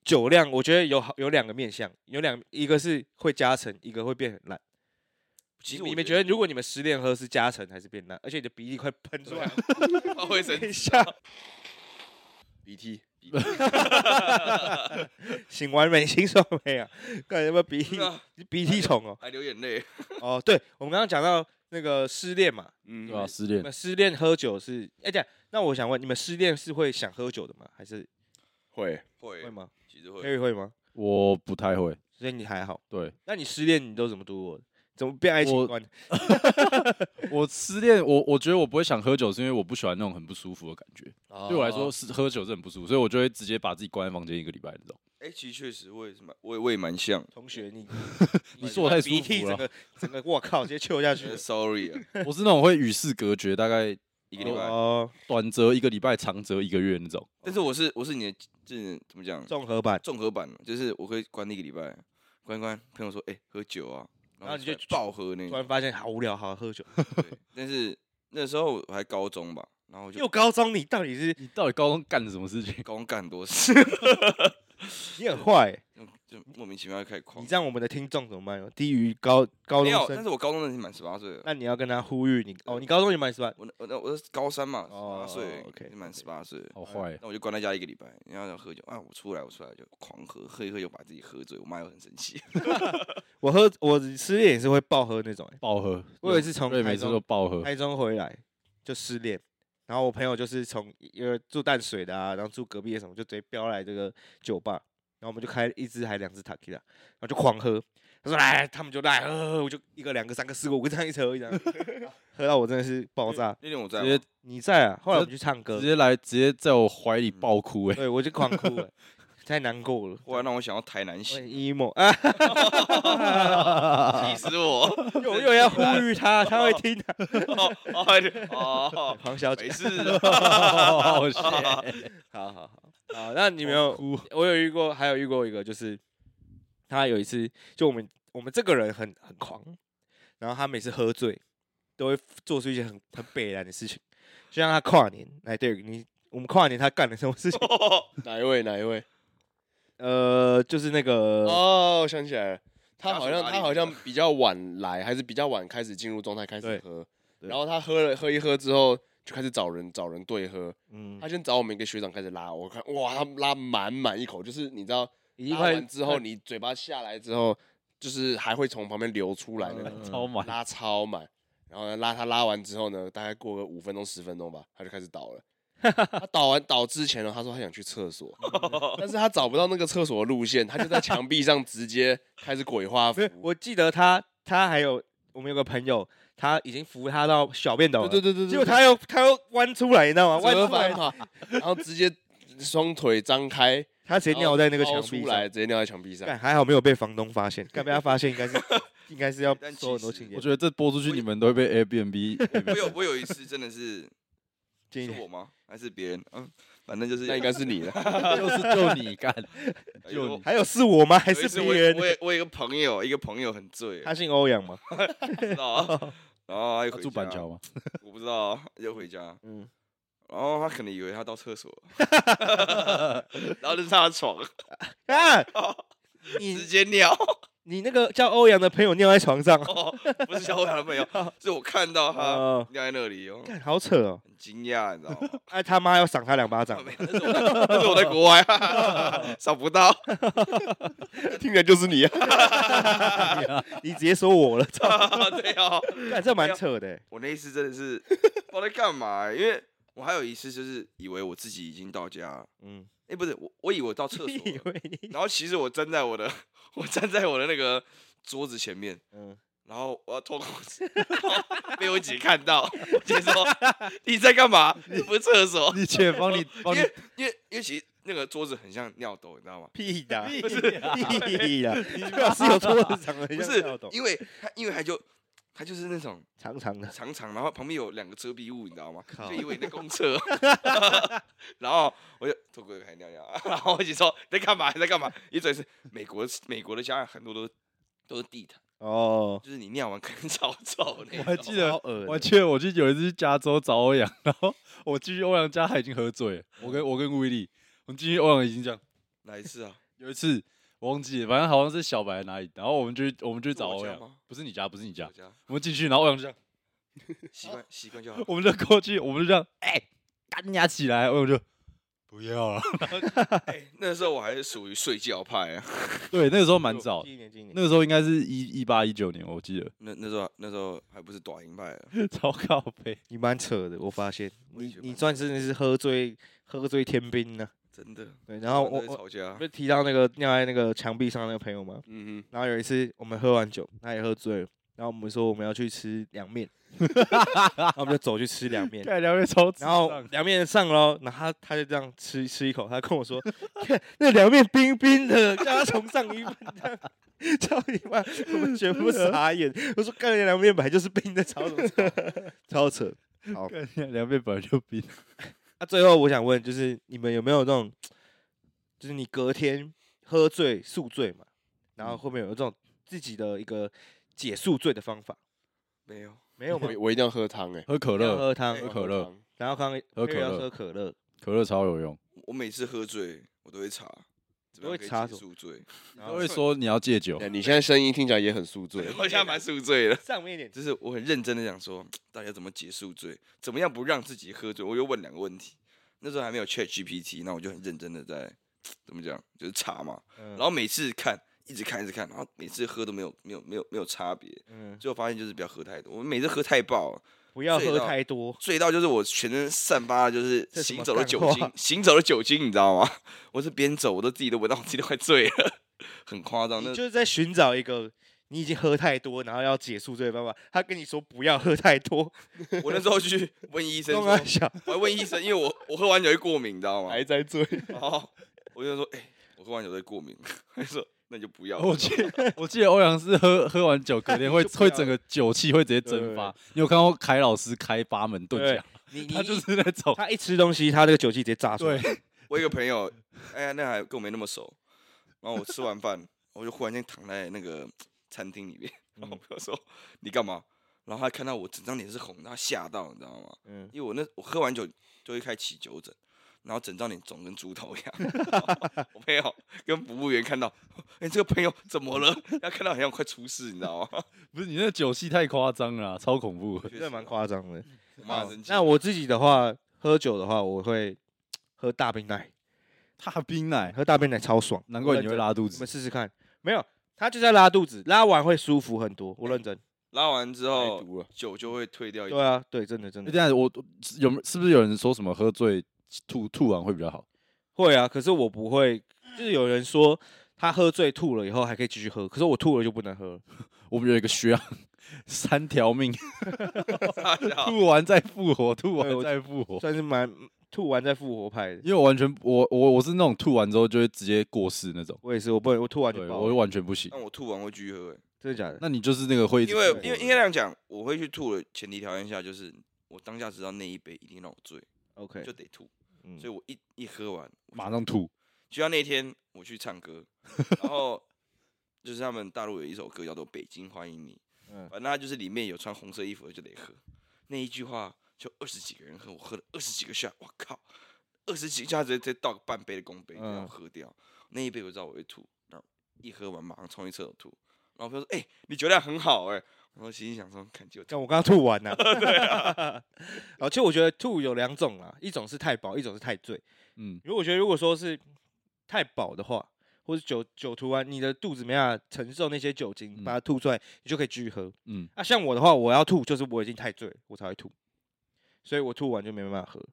Speaker 1: 酒量，我觉得有好有两个面向，有两一个是会加成，一个会变很烂。
Speaker 2: 其实
Speaker 1: 你
Speaker 2: 我
Speaker 1: 你们觉得，如果你们失恋喝是加成还是变烂？而且你的鼻涕快喷出来了，
Speaker 2: 他会生
Speaker 1: 等一下，
Speaker 4: 鼻涕，
Speaker 1: 醒完没？醒爽没啊？干什么鼻涕
Speaker 2: 气？啊，
Speaker 1: 你鼻涕虫哦！
Speaker 2: 还流眼泪。
Speaker 1: 哦，对，我们刚刚讲到那个失恋嘛，
Speaker 2: 嗯
Speaker 3: 对吧？啊失
Speaker 1: 你
Speaker 3: 恋
Speaker 1: 们失恋喝酒是？哎，对，那我想问，你们失恋是会想喝酒的吗？还是
Speaker 4: 会
Speaker 2: 会
Speaker 1: 会吗
Speaker 2: 其实会。
Speaker 1: ？Harry 会吗？
Speaker 3: 我不太会，
Speaker 1: 所以你还好。
Speaker 3: 对
Speaker 1: 那你失恋你都怎么度过的？怎么变爱情
Speaker 3: 我
Speaker 1: 观？
Speaker 3: 我失恋，我我觉得我不会想喝酒，是因为我不喜欢那种很不舒服的感觉，对
Speaker 1: 对
Speaker 3: 我来说是喝酒是很不舒服，所以我就会直接把自己关在房间一个礼拜那种。
Speaker 2: 哎，其实确实我也是蛮，我也我也蛮像。
Speaker 1: 同学， 你
Speaker 3: 你做得太
Speaker 1: 鼻
Speaker 3: 舒
Speaker 1: 涕
Speaker 3: 服
Speaker 1: 整
Speaker 3: 了
Speaker 1: 个整个，我靠，直接抽下去
Speaker 2: 呃
Speaker 1: 了。
Speaker 2: Sorry，啊
Speaker 3: 我是那种会与世隔绝，大概
Speaker 2: 一个礼拜。
Speaker 1: 哦，
Speaker 3: 短则一个礼拜，长则一个月那种。
Speaker 2: 但是我是我是你的，这怎么讲？
Speaker 1: 综合版，
Speaker 2: 综合版的，就是我会关一个礼拜，关一关。朋友说，哎，喝酒啊，
Speaker 1: 然后你就
Speaker 2: 出来爆喝那
Speaker 3: 嗯
Speaker 1: 突
Speaker 2: 种。
Speaker 1: 然发现好无聊，好喝酒。
Speaker 2: 对但是那时候我还高中吧，然后我就
Speaker 1: 又高中，你到底是
Speaker 3: 你到底高中干了什么事情？
Speaker 2: 高中干很多事，
Speaker 1: 你很坏欸，
Speaker 2: 就就莫名其妙就开始狂
Speaker 3: 哦
Speaker 1: 你。让我们的听众怎么办？低于高高
Speaker 2: 没有
Speaker 1: 中，
Speaker 2: 但
Speaker 1: 生，
Speaker 2: 是我高中那时满十八岁了。
Speaker 1: 那你要跟他呼吁你哦，你高中也满十八，
Speaker 2: 我那我那我是高三嘛，十
Speaker 1: 哦
Speaker 2: 八岁
Speaker 1: ，OK，哦
Speaker 2: 就满
Speaker 1: OK
Speaker 2: 十八岁了，
Speaker 3: 好坏哦
Speaker 2: 那我就关在家一个礼拜，然后要喝酒啊，我出来我出来就狂喝，喝一喝就把自己喝醉，我妈又很生气。
Speaker 1: 我喝我失恋也是会暴喝那种欸。
Speaker 3: 爆喝！
Speaker 1: 我也是从
Speaker 3: 对，
Speaker 1: 台
Speaker 3: 每次
Speaker 1: 中
Speaker 3: 都爆喝。
Speaker 1: 台中回来就失恋，然后我朋友就是从呃住淡水的啊，然后住隔壁的什么，就直接飙来这个酒吧，然后我们就开一支还两支塔 q 拉，然后就狂喝。他说来，他们就来，喝喝喝，我就一个、两个、三个、四个、五个这样一直喝，一直喝喝 到我真的是爆炸。
Speaker 2: 那天我在
Speaker 3: 直
Speaker 2: 嘛，
Speaker 3: 接
Speaker 1: 你在啊？后来我们去唱歌
Speaker 3: 直，接来，直接在我怀里爆哭哎、
Speaker 1: 对我就狂哭了，太难过了，
Speaker 2: 忽然让我想到台南
Speaker 1: 我
Speaker 2: 行
Speaker 1: 很，emo 啊，哎
Speaker 2: 气 死我！
Speaker 1: 又又要呼吁他，他会听的。
Speaker 2: 哦哦
Speaker 1: 黄小
Speaker 2: 哦，
Speaker 1: 姐
Speaker 2: 没，事，
Speaker 3: 好谢
Speaker 1: 好好好好，那你没有
Speaker 3: 哭，
Speaker 1: 我有遇过，还有遇过一个，就是他有一次，就我们我们这个人很很狂，然后他每次喝醉都会做出一些很很北然的事情，哎
Speaker 4: 哦
Speaker 1: 就像他跨年，来对你，我们跨年他干了什么事情？
Speaker 4: 哪一位哪一位？
Speaker 1: 呃，就是那个
Speaker 4: 哦，想起来了，他
Speaker 2: 家属
Speaker 4: 好像
Speaker 2: 哪
Speaker 4: 他
Speaker 2: 里
Speaker 4: 好像比较晚来，还是比较晚开始进入状态开
Speaker 1: 对
Speaker 4: 始喝，
Speaker 1: 对
Speaker 4: 然后他喝了喝一喝之后，就开始找人找人对喝。
Speaker 1: 嗯，
Speaker 4: 他先找我们一个学长开始拉，我看哇，他拉满满一口，就是你知道
Speaker 1: 已经
Speaker 4: 拉
Speaker 1: 快
Speaker 4: 完之后，你嘴巴下来之后，就是还会从旁边流出来那
Speaker 1: 嗯
Speaker 4: 个，
Speaker 3: 超满，
Speaker 4: 拉超满。然后呢，拉他拉完之后呢，大概过个五分钟十分钟吧，他就开始倒了。他倒完倒之前呢，他说他想去厕所，但是他找不到那个厕所的路线，他就在墙壁上直接开始鬼画
Speaker 1: 不。
Speaker 4: 符
Speaker 1: 是，我记得他他还有我们有个朋友，他已经扶他到小便斗
Speaker 4: 对
Speaker 1: 了，
Speaker 4: 对对对，
Speaker 1: 结果他又他又弯出来，你知道吗？弯
Speaker 4: 折
Speaker 1: 出来，
Speaker 4: 返跑，然后直接双腿张开，
Speaker 1: 他直接尿在那个墙
Speaker 4: 然后
Speaker 1: 壁
Speaker 4: 出
Speaker 1: 上
Speaker 4: 来，。直接尿在墙壁上。
Speaker 1: 干还好没有被房东 发现，干被他发现应该是应该是要
Speaker 2: 但其
Speaker 1: 收很多
Speaker 2: 实
Speaker 1: 钱。
Speaker 3: 我觉得这播出去你们都会被 Airbnb
Speaker 2: 我有我有一次真的是
Speaker 1: 建议
Speaker 2: 是我吗？还是别人？嗯，反正就是
Speaker 4: 那应该是你的。
Speaker 3: 就是就你干，
Speaker 2: 有
Speaker 3: 就你
Speaker 1: 还有是我吗？还
Speaker 2: 有一
Speaker 1: 是
Speaker 2: 次
Speaker 1: 别
Speaker 2: 我有我
Speaker 1: 人？
Speaker 2: 有我有一个朋友，一个朋友很醉，
Speaker 1: 他姓欧阳 吗？
Speaker 2: 知道
Speaker 1: 哦
Speaker 2: 啊，然后他就
Speaker 3: 他
Speaker 2: 回
Speaker 3: 住板
Speaker 2: 家
Speaker 3: 桥吗？
Speaker 2: 我不知道 啊，就回家，
Speaker 1: 嗯
Speaker 2: 嗯，然后他可能以为他到厕所， 然后就上他床，
Speaker 1: 啊，
Speaker 2: 直
Speaker 1: 你
Speaker 2: 接尿，
Speaker 1: 你那个叫欧阳的朋友尿在床上，啊
Speaker 2: 哦不是小我男朋 友，是我看到
Speaker 1: 哦
Speaker 2: 他尿在那里哦，
Speaker 1: 干好扯哦！
Speaker 2: 很惊讶，你知道 吗？
Speaker 1: 哎，他妈要赏他两巴 掌，
Speaker 2: 没有，那是我在那是我在国外， 哈哈哈找 不到，
Speaker 4: 听起来就是你啊！
Speaker 2: 啊
Speaker 1: 你直接说我了， 操！
Speaker 2: 对 哦，
Speaker 1: 干这蛮扯的欸。
Speaker 2: 我那一次真的 是不知道在干嘛欸、因为我还有一次就是以为我自己已经到家了，
Speaker 1: 嗯，
Speaker 2: 哎、不是我，我以为我到厕 所
Speaker 1: 你以
Speaker 2: 了，
Speaker 1: 为你
Speaker 2: 然后其实我站在我的 我站在我的那个桌子前面，
Speaker 1: 嗯，
Speaker 2: 然后我要脱裤子，然后被我姐看到， 我姐说你在干嘛？你不是厕所？
Speaker 3: 你姐 帮你帮
Speaker 2: 因
Speaker 3: 你
Speaker 2: 为因为因为其实那个桌子很像尿斗，你知道吗？
Speaker 1: 屁的，
Speaker 3: 屁呀
Speaker 1: 屁的，最好是有桌子长得
Speaker 2: 不
Speaker 1: 像
Speaker 2: 是
Speaker 1: 尿斗，
Speaker 2: 因为它因为它就它就是那种
Speaker 1: 长长的，
Speaker 2: 长长，然后旁边有两个遮蔽物，你知道吗？
Speaker 1: 靠
Speaker 2: 就以为你在公厕， 然后我就脱裤子开始尿尿，啊然后我姐说你在干嘛？你在干嘛？一转是美国美国的家很多都是都是地毯，
Speaker 1: 哦，
Speaker 2: 就是你尿完可能 超臭的。
Speaker 3: 我还记
Speaker 2: 得
Speaker 3: 得
Speaker 1: 好恶
Speaker 3: 我
Speaker 1: 的，
Speaker 3: 记得我去有一次去加州找欧阳，然后我进去欧阳家，他已经喝醉了。我跟我跟威力，我们进去欧阳已经这样。
Speaker 2: 哪一次啊？
Speaker 3: 有一次我忘记了，反正好像是小白哪里，然后我们就去我们就去
Speaker 2: 是
Speaker 3: 找
Speaker 2: 我
Speaker 3: 欧
Speaker 2: 家
Speaker 3: 阳
Speaker 2: 吗，
Speaker 3: 不是你家，不是你家
Speaker 2: 我，
Speaker 3: 我们进去，然后欧阳就这样，
Speaker 2: 习惯习惯就好。
Speaker 3: 我们就过去，我们就这样，哎、干牙起来，欧阳就不要了。
Speaker 2: 哎，那时候我还是属于睡觉派啊。
Speaker 3: 对，那个时候蛮早的，
Speaker 1: 今年今年
Speaker 3: 那个时候应该是一一八一九年，我记 得
Speaker 2: 那那时候那时候还不是短音派啊。
Speaker 3: 超靠背。
Speaker 1: 你蛮扯的，我发现
Speaker 2: 我也
Speaker 1: 你
Speaker 2: 觉得
Speaker 1: 你
Speaker 2: 蛮
Speaker 1: 算真的是喝醉喝醉天兵呢、
Speaker 2: 真的。
Speaker 1: 对，然后
Speaker 2: 我
Speaker 1: 我
Speaker 2: 们都在
Speaker 1: 我
Speaker 2: 吵架啊
Speaker 1: 不，是提到那个尿在那个墙壁上那个朋友吗？
Speaker 4: 嗯
Speaker 1: 然后有一次我们喝完酒，他也喝醉了，然后我们说我们要去吃凉 面，然后我们就走去吃凉面。
Speaker 3: 盖两位超啊智
Speaker 1: 然后
Speaker 3: 障，
Speaker 1: 凉面上喽，然后他他就这样吃吃一口，他跟我 说：“看那凉面冰冰的，叫他重上一份。”这样，操你妈！我们全部傻眼。我说：“干凉面本来就是冰的，吵什 么吵？超扯！”好，
Speaker 3: 干两边本来就比
Speaker 1: 那、最后我想问，就是你们有没有那种，就是你隔天喝醉宿醉嘛，然后后面有这种自己的一个解宿醉的方法？
Speaker 2: 没有。
Speaker 1: 没有
Speaker 4: 哼，
Speaker 1: 吗？
Speaker 4: 我我一定要喝汤哎，
Speaker 3: 喝可
Speaker 1: 要
Speaker 3: 乐，
Speaker 1: 喝汤，
Speaker 3: 喝可乐，
Speaker 1: 然后刚刚
Speaker 3: 喝
Speaker 1: 佩
Speaker 3: 可
Speaker 1: 瑞要
Speaker 3: 乐
Speaker 1: 喝可乐，
Speaker 3: 可乐超有用。
Speaker 2: 我每次喝醉，我都会查，怎
Speaker 1: 都会
Speaker 2: 么样可以
Speaker 1: 查
Speaker 2: 解
Speaker 1: 什
Speaker 2: 宿 醉？
Speaker 1: 然
Speaker 3: 都
Speaker 1: 后
Speaker 3: 会 说你要戒酒
Speaker 4: 哎，你现在声音听起来也很宿 醉。
Speaker 2: 我现在蛮宿醉的。
Speaker 1: 上面一点，
Speaker 2: 就是我很认真的想说，大家怎么解宿醉，怎么样不让自己喝醉？我又问两个问题，那时候还没有 Chat GPT，那我就很认真的在怎么讲，就是查嘛。
Speaker 1: 嗯
Speaker 2: 然后每次看，一直看，一直看，然后每次喝都没有没有没有没有差别，
Speaker 1: 嗯，
Speaker 2: 最后发现就是不要喝太多。我每次喝太爆了，
Speaker 1: 不要
Speaker 2: 醉
Speaker 1: 喝
Speaker 2: 到
Speaker 1: 太多，
Speaker 2: 醉到就是我全身散发的就是
Speaker 1: 这什么
Speaker 2: 行走的酒
Speaker 1: 干
Speaker 2: 精
Speaker 1: 话，
Speaker 2: 行走的酒精，你知道吗？我是边走我都自己都闻到我自己都快醉了，很夸张。
Speaker 1: 你
Speaker 2: 那
Speaker 1: 就是在寻找一个你已经喝太多，然后要解宿醉的方法。他跟你说不要喝太多，
Speaker 2: 我那时候去问医生
Speaker 1: 弄
Speaker 2: 说
Speaker 1: 啊，小，
Speaker 2: 我还问医生，因为我我喝完酒会过敏，你知道吗？
Speaker 4: 还在醉，
Speaker 2: 然后我就说，哎、我喝完酒会过敏， 他就说那你就不要。
Speaker 3: 我 记得我记得欧阳是喝喝完酒隔 天会
Speaker 1: 就不要
Speaker 3: 会
Speaker 1: 了
Speaker 3: 整个酒气会直接蒸发。你有看过凯老师开八门遁甲？
Speaker 1: 你
Speaker 3: 他
Speaker 1: 你
Speaker 3: 就
Speaker 1: 就是
Speaker 3: 是那种
Speaker 1: 他一吃东西，他这个酒气直接炸出来
Speaker 3: 对。，
Speaker 2: 我有一个朋友，哎呀，那还跟我没那么熟。然后我吃完饭，我就忽然间躺在那个餐厅里面，然
Speaker 1: 嗯
Speaker 2: 后我朋友说你干嘛？然后他看到我整张脸是红的，他吓到，你知道吗？
Speaker 1: 嗯，
Speaker 2: 因为我那我喝完酒就会开起酒疹，然后整张脸肿跟猪 头一样。我朋友跟服务员看到， 哎、这个朋友怎么了？他看到好像快出事，你知道吗？
Speaker 3: 不是你那酒戏太夸张了啊，超恐怖。
Speaker 1: 真 的蛮夸张的。
Speaker 2: 我妈很
Speaker 1: 好
Speaker 2: 生气。
Speaker 1: 那我自己的话，喝酒的话，我会喝大冰奶，
Speaker 3: 踏冰奶，
Speaker 1: 喝大冰奶超爽。
Speaker 3: 难怪你会
Speaker 1: 我认真，
Speaker 3: 拉肚
Speaker 1: 你们
Speaker 3: 子。
Speaker 1: 试试看。没有，他就在拉肚子，拉完会舒服很多。我认真。
Speaker 2: 拉完之
Speaker 4: 太
Speaker 1: 哦
Speaker 2: 后，
Speaker 4: 毒了，
Speaker 2: 酒就会退掉一
Speaker 1: 哎对啊，对，真的真
Speaker 3: 欸等
Speaker 1: 的
Speaker 3: 一下我我有没有是不是有人说什么喝醉吐吐完会比较好？
Speaker 1: 会啊。可是我不会，就是有人说他喝醉吐了以后还可以继续喝，可是我吐了就不能喝了。
Speaker 3: 我们有一个学长三条 命，
Speaker 2: 点，
Speaker 3: 吐完再复活，吐
Speaker 1: 对
Speaker 3: 完
Speaker 1: 我
Speaker 3: 再复活。
Speaker 1: 算是蛮吐完再复活派的。
Speaker 3: 因为我完全我我我是那种吐完之后就会直接过世那种，
Speaker 1: 我也是，我不能，我吐完就
Speaker 3: 对，哦
Speaker 1: 爆
Speaker 3: 我
Speaker 1: 了，
Speaker 3: 完全不行
Speaker 2: 那。我吐完会继续喝、欸，
Speaker 1: 真的假的？
Speaker 3: 那你就是那个会一直
Speaker 2: 因为
Speaker 3: 吐
Speaker 2: 因为应该这样讲，我会去吐的前提条件下就是。我当下知道那一杯一定让我醉，
Speaker 1: OK，
Speaker 2: 就得吐，
Speaker 1: 嗯
Speaker 2: 所以我一一喝完，我就
Speaker 3: 马上吐，
Speaker 2: 就像那天我去唱歌，然后就是他们大陆有一首歌叫做《北京欢迎你》，
Speaker 1: 嗯
Speaker 2: 反正他就是里面有穿红色衣服的就得喝，那一句话就二十几个人喝，我喝了二十几个下，我靠，二十几下直接直接倒个半杯的公杯，然后
Speaker 1: 嗯
Speaker 2: 喝掉、那一杯，我知道我会吐，然后一喝完马上冲去厕所吐，然后我朋友说：“哎、你酒量很好哎、然后心里想说：“看就
Speaker 1: 但我刚刚吐 完了、啊
Speaker 3: 啊
Speaker 1: 而且我觉得吐有两种啦，一种是太饱，一种是太醉。
Speaker 3: 嗯，
Speaker 1: 因为我觉得如果说是太饱的话，或者酒酒吐完，你的肚子没办法承受那些酒精，
Speaker 3: 嗯
Speaker 1: 把它吐出来，你就可以继续喝。
Speaker 3: 嗯
Speaker 1: 嗯，啊，像我的话，我要吐就是我已经太醉了，我才会吐，所以我吐完就没办法喝，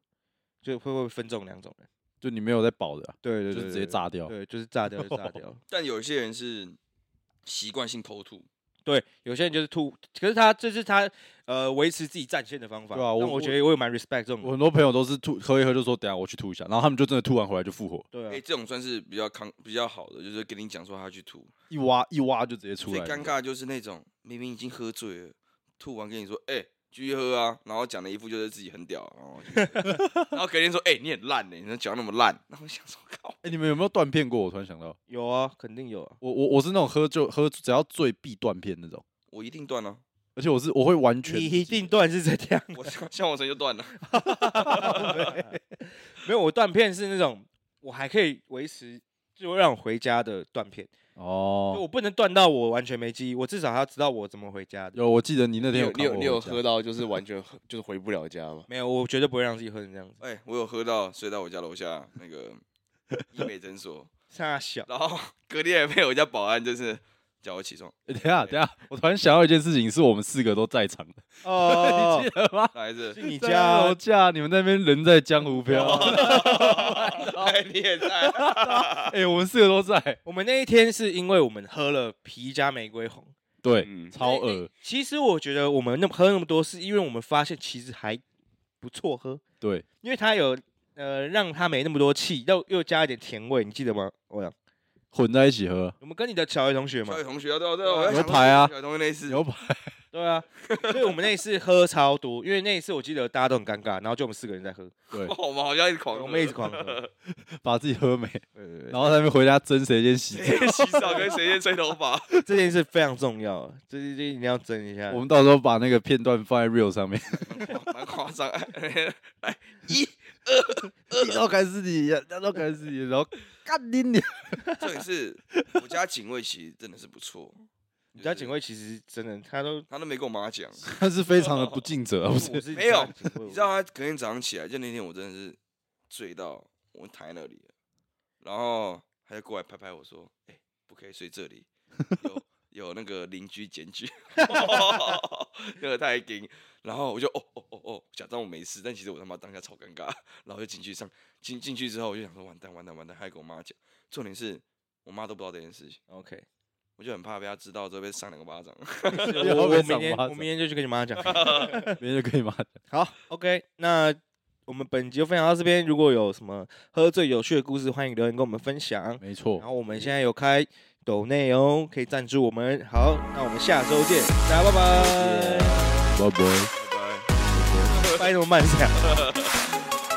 Speaker 1: 就会会分这种两种人。
Speaker 3: 就你没有在饱的啊，
Speaker 1: 对
Speaker 3: 就
Speaker 1: 对对
Speaker 3: 直接，炸掉。
Speaker 1: 对，就是炸掉就炸掉。
Speaker 2: 但有一些人是习惯性偷吐，
Speaker 1: 对，有些人就是吐，可是他这是他呃维持自己战线的方法。
Speaker 3: 对啊我
Speaker 1: 但
Speaker 3: 我
Speaker 1: 我觉得我也蛮 respect 这种
Speaker 3: 我
Speaker 1: 人。
Speaker 3: 很多朋友都是吐喝一喝就说等一下我去吐一下，然后他们就真的吐完回来就复活，
Speaker 1: 对
Speaker 2: 哎、
Speaker 1: 啊，
Speaker 2: 这种算是比较康比较好的，就是跟你讲说他去吐，
Speaker 3: 一挖一挖就直接出
Speaker 2: 最
Speaker 3: 来。
Speaker 2: 尴尬就是那种明明已经喝醉了，吐完跟你说，哎、继续喝啊，然后讲的一副就是自己很屌，然后继续喝 然后隔天说，哎、你很烂呢、你怎讲那么烂？那我想说，靠，
Speaker 3: 哎，你们有没有断片过？我突然想到，
Speaker 1: 有啊，肯定有啊。
Speaker 3: 我我我是那种喝就喝，只要醉必断片那种，
Speaker 2: 我一定断了、
Speaker 3: 而且我是我会完全
Speaker 1: 你一定断是这样，
Speaker 2: 我像我曾就断了，
Speaker 1: 没有我断片是那种我还可以维持，就会让我回家的断片，就
Speaker 3: 哦。
Speaker 1: 我不能断到我完全没记忆，我至少还要知道我怎么回家的。
Speaker 3: 有，我记得你那
Speaker 4: 你
Speaker 3: 天
Speaker 4: 有你
Speaker 3: 看
Speaker 4: 有
Speaker 3: 我
Speaker 4: 你有
Speaker 3: 回家
Speaker 4: 喝到就是完全喝就是回不了家吗？
Speaker 1: 没有，我绝对不会让自己喝成这样子。
Speaker 2: 哎、我有喝到，睡到我家楼下那个医美诊所，
Speaker 1: 傻 小，
Speaker 2: 然后隔天也被我家保安就是叫我起床，
Speaker 3: 欸 等一下，等一下，我突然想到一件事情，是我们四个都在场的，
Speaker 1: 哦
Speaker 3: 你记，得吗？
Speaker 2: 那还是
Speaker 1: 是 你
Speaker 3: 在
Speaker 1: 家
Speaker 3: 楼
Speaker 1: 哦
Speaker 3: 下，你们那边人在江湖飘。
Speaker 1: 哦
Speaker 2: 哎，你也在，
Speaker 3: 哎、我们四个都 在。
Speaker 1: 我们那一天是因为我们喝了皮加玫瑰红。
Speaker 3: 对，
Speaker 2: 嗯，
Speaker 3: 超恶。
Speaker 1: 其实我觉得我们那么喝那么多，是因为我们发现其实还不错喝，
Speaker 3: 对，
Speaker 1: 因为它有呃让它没那么多气，又又加一点甜味，你记得吗？我想
Speaker 3: 混在一起喝
Speaker 1: 我们跟你的小学同学嘛
Speaker 2: 小，雨同学啊，对啊对啊，我要
Speaker 3: 牛
Speaker 2: 想到
Speaker 3: 排啊
Speaker 2: 小雨同学那一次，
Speaker 3: 牛排。
Speaker 1: 对啊，所以我们那一次喝超多，因为那一次我记得大家都很尴尬，然后就我们四个人在喝，
Speaker 3: 对，
Speaker 2: 哦我们好像一直狂喝，
Speaker 1: 我们一直狂喝， 对
Speaker 3: 把自己喝没，
Speaker 1: 对对
Speaker 3: 然后在那边回家争谁先洗澡。
Speaker 2: 谁洗澡跟谁先吹 头发。
Speaker 1: 对，这件事非常重要，这这一定要争一下
Speaker 3: 我。们到时候把那个片段放在 real 上面，
Speaker 2: 蛮夸张。 来，
Speaker 3: 一刀砍死你，两刀砍死你，然后 干你你。
Speaker 2: 重点是我家警卫其实真的是不错，
Speaker 1: 你家警卫其实真的他都
Speaker 2: 他都没跟我妈讲，
Speaker 3: 他是非常的不尽责，啊 不
Speaker 1: 我
Speaker 3: 是？
Speaker 1: 是
Speaker 2: 没有
Speaker 1: 家警卫
Speaker 2: 你知道他隔天早上起来，就那天我真的是醉到我躺在那里了，然后他就过来拍拍我说：“哎、不可以睡这里，有有那个邻居检举， 那个太硬。”然后我就哦哦哦哦，假装我没事，但其实我他妈当下超尴尬。然后就进去上进进去之后，我就想说完蛋完蛋完蛋，还跟我妈讲。重点是我妈都不知道这件事情，
Speaker 1: OK，我
Speaker 2: 我就很怕被她知道之后被扇两个巴掌。
Speaker 1: 我我明天我明天就去跟你妈讲。
Speaker 3: 别人就可以骂他。
Speaker 1: 好，OK，那我们本集就分享到这边。如果有什么喝醉有趣的故事，欢迎留言跟我们分享。
Speaker 3: 没
Speaker 1: 然
Speaker 3: 错，
Speaker 1: 后我们现在有开抖内哦，可以赞助我们。好，那我们下周见，大家拜拜。
Speaker 3: 拜拜。
Speaker 2: 拜拜。
Speaker 1: 掰那么慢是这样。